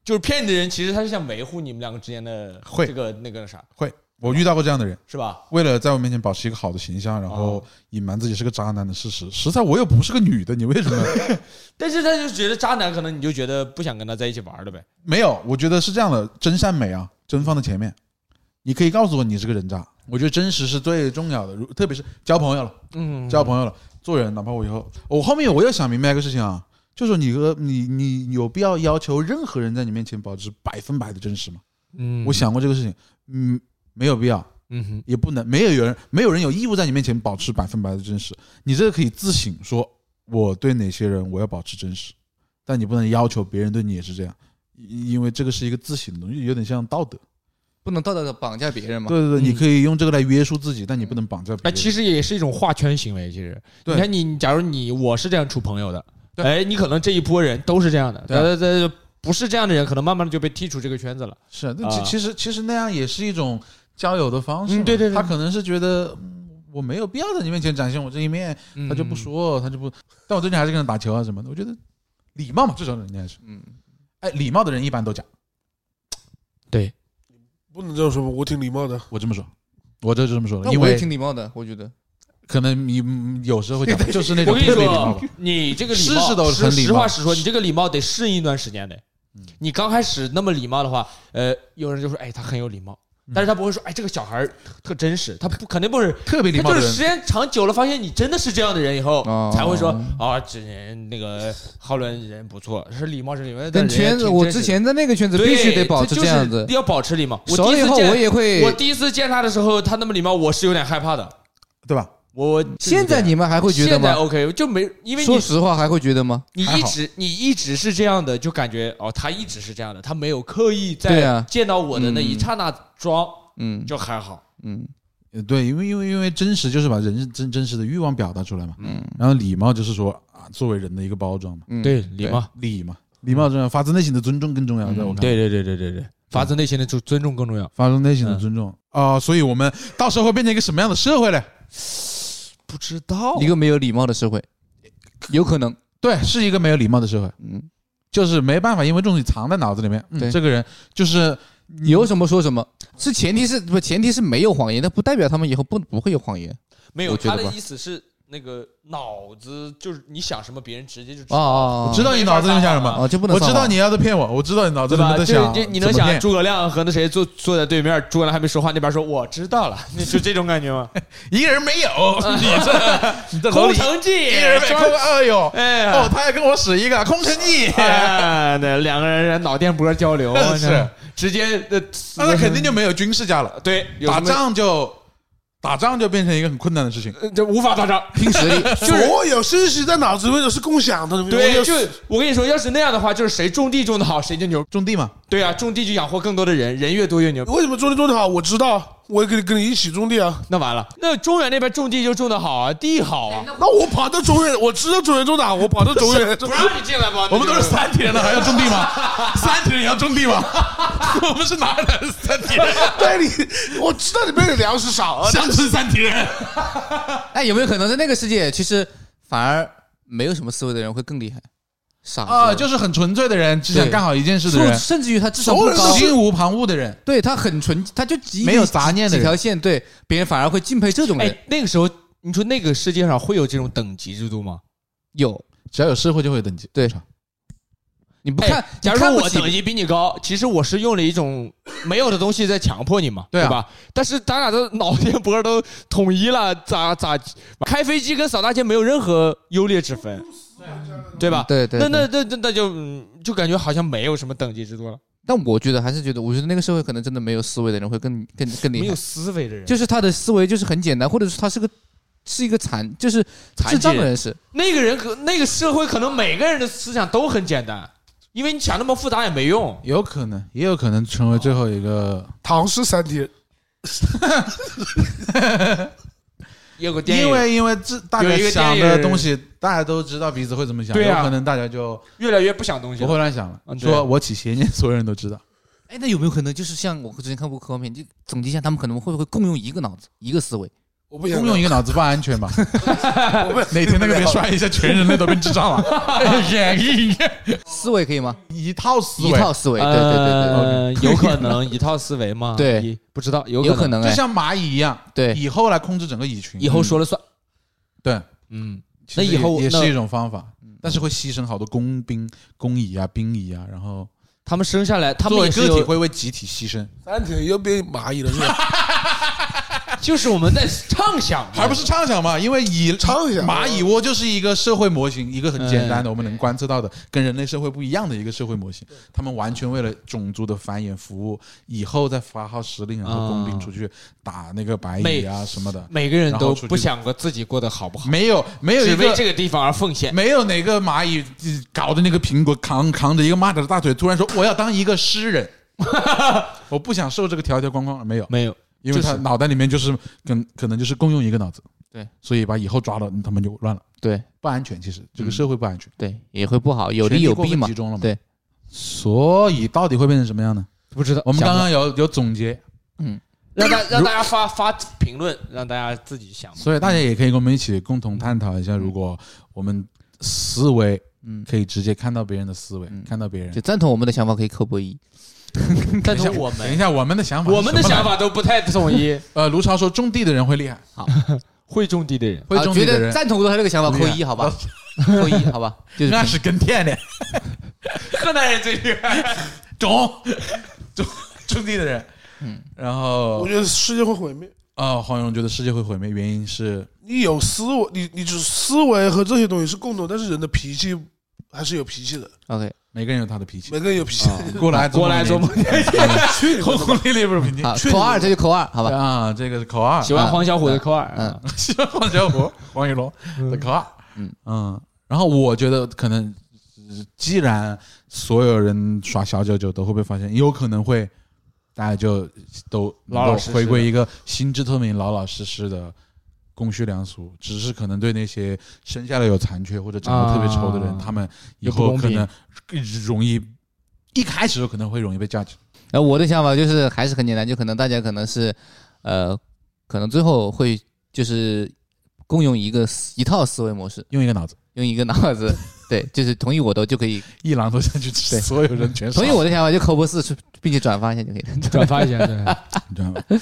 D: 就是骗你的人，其实他是想维护你们两个之间的
C: 会
D: 这个那个啥，
C: 会，我遇到过这样的人，
D: 是吧？
C: 为了在我面前保持一个好的形象，然后
D: 哦
C: 隐瞒自己是个渣男的事实，实在我又不是个女的，你为什么？
D: 但是他就觉得渣男，可能你就觉得不想跟他在一起玩了呗。
C: 没有，我觉得是这样的，真善美啊，真放在前面。你可以告诉我你是个人渣，我觉得真实是最重要的，如特别是交朋友了，
D: 嗯，
C: 交朋友了，做人，哪怕我以后，我后面我又想明白一个事情啊，就是你和你你有必要要求任何人在你面前保持百分百的真实吗？
D: 嗯，
C: 我，想过这个事情，嗯，没有必要，
D: 嗯哼，
C: 也不能，没有人没有人有义务在你面前保持百分百的真实，你这个可以自省说，我对哪些人我要保持真实，但你不能要求别人对你也是这样，因因为这个是一个自省的东西，有点像道德。
F: 不能道德的绑架别人嘛。
C: 对对对，
D: 嗯
C: 你可以用这个来约束自己，但你不能绑架别
D: 哎，
C: 人。
D: 其实也是一种画圈行为。其实，
C: 对
D: 你看你，假如你我是这样处朋友的，
C: 对
D: 哎，你可能这一波人都是这样的，
C: 对啊
D: 呃，这不是这样的人，可能慢慢的就被剔除这个圈子了。
C: 是，那
D: 啊
C: 其其实其实那样也是一种交友的方式嘛。
D: 嗯对对对
C: 他可能是觉得。嗯我没有必要在你面前展现我这一面，
F: 嗯
D: 嗯
C: 他就不说，他就不。但我最近还是跟人打球啊什么的，我觉得礼貌嘛，至少人家是。
F: 嗯，
C: 哎，礼貌的人一般都假。
E: 不能这样说吧，我挺礼貌的。
C: 我这么说，我这就这么说了，
F: 那
C: 因
F: 我也
C: 为
F: 挺礼貌的，我觉得。
C: 可能你嗯有时候会 讲，就是那
D: 我
C: 种
D: 跟你
C: 特别礼貌
D: 说啊
C: 吧。，
D: 你这个礼
C: 事
D: 貌，
C: 事都很
D: 实
C: 礼
D: 实
C: 貌嗯
D: 话实说，你这个礼貌得适应一段时间的。你刚开始那么礼貌的话，呃，有人就说，哎，他很有礼貌。
C: 嗯
D: 但是他不会说，哎，这个小孩儿特真实，他不肯定不是，
C: 特别礼
D: 他
C: 貌
D: 就
C: 的
D: 是
C: 人
D: 时，间长久了，发现你真的是这样的人以后
F: 哦，
D: 才会说啊，这人那个浩伦人不错，是礼貌是礼貌，但
F: 跟
D: 人也
F: 圈子，
D: 挺
F: 我
D: 真实
F: 之
D: 的
F: 前的那个圈子
D: 对
F: 必须得保持这样子
D: 就是。要保持礼貌。我
F: 熟
D: 第
F: 了
D: 一
F: 以
D: 次
F: 后，
D: 见
F: 我也会
D: 我。第一次见他的时候，他那么礼貌，我是有点害怕的。
C: 对吧？
D: 我
F: 现在你们还会觉得
D: 现在
F: 吗？
D: OK 就没，因为
F: 说
D: 你
F: 实话，还会觉得吗？
D: 你
C: 还
D: 一
C: 好
D: 直你一直是这样的，就感觉哦，他一直是这样的，他没有刻意
F: 对
D: 在
F: 啊
D: 见到我的那一刹那装，
F: 嗯
D: 就还好。
F: 嗯
C: 呃对，因为因为因为真实就是把人真真实的欲望表达出来嘛，
F: 嗯
C: 然后礼貌就是说啊，作为人的一个包装嘛，
F: 嗯，，
D: 礼嗯
F: 貌，
C: 礼嘛，礼貌重要，发自内心的尊重更重要，在我看来。
D: 对对对对对，发自内心的尊尊重更重要。
C: 发自内心的尊重
D: 嗯
C: 啊、所以我们到时候会变成一个什么样的社会嘞？
D: 不知道
F: 一个没有礼貌的社会，有可能。
C: 对，是一个没有礼貌的社会，
F: 嗯，
C: 就是没办法，因为这种东西藏在脑子里面。嗯，
F: 对
C: 这个人就是
D: 嗯
F: 有什么说什么，是前提是不前提是没有谎言，但不代表他们以后不不会有谎言。
D: 没有
F: 我觉
D: 他
F: 得
D: 的
F: 吧
D: 意思是那个脑子就是你想什么，别人直接就知
F: 哦
D: 道。
F: 哦，哦
C: 我知道你脑子里面想什么，
F: 哦，就不
C: 啊
F: 能
C: 我
F: 撒
C: 知
F: 谎。
C: 道你要在骗我，我知道你脑子
D: 对
C: 里
D: 吧？
C: 面在
D: 就
C: 想
D: 就你
C: 怎
D: 能
C: 么
D: 想
C: 骗
D: 诸葛亮和那谁坐坐在对面，诸葛亮还没说话，那边说我知 道了，那就这种感觉 吗？
C: 一个人没 有，你这你这楼
D: 空
C: 里
D: 城计
C: 一个人没，空，哎呦，
D: 哎呀，
C: 哦，他要跟我使一个空城计，
D: 哎对，两个人脑电波交流，
C: 是
D: 我操直接呃，
C: 那他肯定就没有军事家了，
D: 对有
C: 打
D: 什么
C: 仗就打仗就变成一个很困难的事情。
D: 呃这无法打仗，
F: 拼实力，
E: 所有信息在脑子里面都是共享的，我
D: 对，
E: 有
D: 就我跟你说，要是那样的话，就是谁种地种的好，谁就牛。
C: 种地嘛，
D: 对啊，种地就养活更多的人，人越多越牛。
E: 为什么种地种的好？我知道，我也跟你跟你一起种地啊。
D: 那完了，那中原那边种地就种的好啊，地好啊，
E: 那我跑到中原，我知道中原种的好，我跑到中 原来种
D: 不。让你进来吗？
C: 我们都是
D: 那就
C: 三体人了，还要种地吗？ 三体人也要种地吗？ 我们是哪来的三体人？
E: 对你，我知道你们的粮食少啊。
C: 乡村三体人。
F: 哎，有没有可能在那个世界，其实反而没有什么思维的人会更厉害？傻子
C: 啊，就是很纯粹的人，只想干好一件事的
F: 甚
C: 人，
F: 甚至于他智商不
E: 所有人
F: 高
E: 都，
C: 心无旁骛的人。
F: 对他很纯，他就几
C: 没有杂念的
F: 几
C: 人
F: 条线，对别人反而会敬佩这种人。
D: 哎，那个时候你说那个世界上会有这种等级制度吗？
F: 有，
C: 只要有社会就会有等级。
F: 对你不
D: 哎
F: 看，
D: 假
F: 你看
D: 如
F: 不
D: 我
F: 起
D: 等级比你高，其实我是用了一种没有的东西在强迫你嘛，
C: 对
D: 对
C: 啊
D: 吧？但是咱俩的脑电波都统一了，咋咋开飞机跟扫大街没有任何优劣之分，对吧？
F: 对对，
D: 那
F: 对
D: 那那那那就嗯就感觉好像没有什么等级制度了，
F: 但我觉得还是觉得，我觉得那个社会可能真的没有思维的人会更更更
D: 没
F: 厉
D: 有
F: 害，
D: 思维的人，
F: 就是他的思维就是很简单，或者是他是个是一个残，就是
D: 残
F: 智障
D: 疾
F: 的
D: 人
F: 人士。
D: 那个人可那个社会可能每个人的思想都很简单，因为你想那么复杂也没用。
C: 有可能，也有可能成为最后一个。
E: 唐诗三体人，
D: 有个电影，
C: 因为因为这大
D: 有
C: 家
D: 一个
C: 想
D: 电
C: 的
D: 影
C: 东西，大家都知道彼此会怎么想，
D: 对
C: 有
D: 啊
C: 可能大家就
D: 越来越不想东西
C: 不
D: 了，
C: 会乱想了
D: 啊。对啊
C: 说我起邪念，所有人都知道。
F: 哎，那有没有可能就是像我之前看过科幻片，就总结一下，他们可能会不会共用一个脑子、一个思维？
E: 我不想
C: 共用一个脑子不安 全吧？哪天那个别摔一下，全人类都变智障 了。
F: 思维可以吗？
C: 一套思
F: 一
C: 维，
F: 套思维，对对对
D: 呃，有可能一套思维嘛？
F: 对
D: 一，不知道，有
F: 对，有可能
C: 就
F: 哎，
C: 像蚂蚁一样，
F: 对，
C: 以后来控制整个蚁群。
D: 以后说了算。
C: 对，
D: 嗯，
C: 其实
D: 那以
C: 也
D: 后
C: 也
D: 那
C: 是一种方法，嗯但是会牺牲好多工兵、工蚁啊、兵蚁啊，然后
D: 他们生下来，他们
C: 作为
D: 也是
C: 个体
D: 有，
C: 会为集体牺牲，
E: 三体人又变蚂蚁了，是吧？
D: 就是我们在畅想嘛，
C: 还不是畅想嘛？因为蚁
E: 畅想
C: 蚂蚁窝就是一个社会模型，一个很简
D: 哎
C: 单的，我们能观测到的，跟人类社会不一样的一个社会模型。他们完全为了种族的繁衍服务，以后再发号施令，然后工兵出
D: 哦
C: 去打那个白蚁啊什么的，
D: 每个人
C: 然后
D: 都
C: 出去
D: 不想过自己过得好不好，
C: 没有没有一
D: 只为
C: 个
D: 这个地方而奉献。
C: 没有哪个蚂蚁呃搞的那个苹果扛扛着一个蚂蚱的大腿，突然说我要当一个诗 人，我不想受这个条条框框。没有，
D: 没有，
C: 因为他
D: 就是
C: 脑袋里面就是跟可能就是共用一个脑子，
F: 对，
C: 所以把以后抓了他们就乱了，
F: 对
C: 不安全。其实这个社会不安全，
F: 对，也会不嗯好，有
C: 权
F: 利
C: 力
F: 有
C: 过
F: 弊
C: 分
F: 嘛
C: 集。中了嘛。
F: 对，
C: 所以到底会变成什么样呢？
D: 不知道。
C: 我们
D: 想
C: 刚
D: 不到
C: 刚有有总结，
D: 让大让大家发发评论，让大家自己 想嘛。
C: 所以大家也可以跟我们一起共同探讨一下，如果我们思维
F: 嗯，
C: 可以直接看到别人的思维，
F: 嗯
C: 看到别人
F: 就。赞同我们的想法可以扣波一，
C: 等
D: 但是
C: 一下
D: 我
C: 等一
D: 们
C: 下，我们的想法是
D: 我们的
C: 什么来
D: 想法都不太统 一，
C: 呃，卢超说种地的人会厉害，
D: 会种地的人，
C: 会
F: 啊
C: 种
F: 觉
C: 地的
F: 得
C: 人、
F: 赞同的他这个想法扣一，好吧，扣一，好吧，就是
C: 那是跟天 的，
D: 河南人最厉害。
C: 种种种地的人，
F: 嗯，
C: 然后
E: 我觉得世界会毁灭。
C: 啊、黄蓉觉得世界会毁灭，原因是
E: 你有思维，你你只思维和这些东西是共同，但是人的脾气还是有脾气的，
F: ，OK，
C: 每个人有他的脾气
E: 每。个人有脾气。
C: 过来
D: 过来
C: 做
D: 做
C: 梦
D: 梦，
E: 去
C: 轰轰烈烈不是平
F: 好，
E: 确
F: 扣
E: 实
F: 二，这就扣二，好吧？
C: 啊，这个是口二，
D: 喜欢黄小虎的扣二，
F: 嗯，
C: 喜欢黄 小虎、王玉龙的口二，
F: 嗯
C: 嗯，然后我觉得可能，呃既然所有人耍小九九都会被发现，有可能会大家就都嗯
D: 老老实实的
C: 回归一个心知特明、老老实实的公序良俗，只是可能对那些生下来有残缺或者长得特别丑的人，
D: 啊
C: 他们以
D: 有不
C: 后
D: 公
C: 可
D: 平
C: 能容易一开始有可能会容易被 judge。
F: 然后我的想法就是还是很简单，就可能大家可能是，呃，可能最后会就是共用一个思一套思维模式，
C: 用一个脑子，
F: 用一个脑子，对，就是同意我的就可以，
C: 一榔头下去，
F: 对
C: 所有人全
F: 同意
C: 杀
F: 我的想法就扣波 四，并且转发一下就可以了。
D: 转发一下，对，
C: 你知道吗？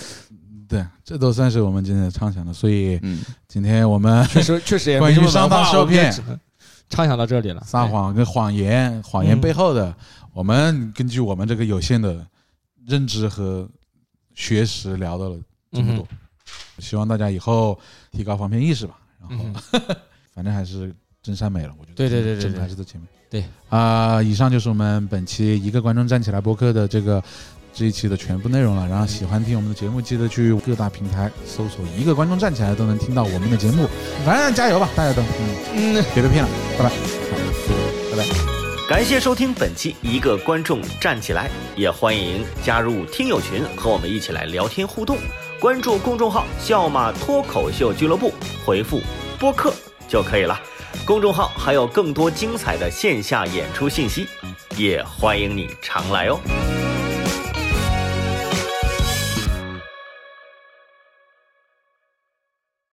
C: 对，这都算是我们今天的畅想了。所以
F: 嗯，
C: 今天我们
D: 确实确实也
C: 关于
D: 没什么
C: 上
D: 文
C: 当
D: 化
C: 受
D: 我们也
C: 骗
D: 只能畅想到这里了。
C: 撒谎跟谎言，谎言
D: 嗯
C: 背后的，我们根据我们这个有限的认知和学识聊到了这么多。
D: 嗯
C: 希望大家以后提高防骗意识吧。然后，
D: 嗯
C: 反正还是真善美了，我觉得。
D: 对对对对
C: 真的
D: 对
C: 还是在前面。
D: 对
C: 啊、以上就是我们本期一个观众站起来播客的这个。这一期的全部内容了，然后喜欢听我们的节目，记得去各大平台搜索“一个观众站起来”，都能听到我们的节目。反正加油吧，大家都，嗯，
D: 嗯，
C: 别被骗了，拜拜。
A: 感谢收听本期一个观众站起来，也欢迎加入听友群和我们一起来聊天互动。关注公众号“笑马脱口秀俱乐部”，回复“播客”就可以了。公众号还有更多精彩的线下演出信息，也欢迎你常来哦。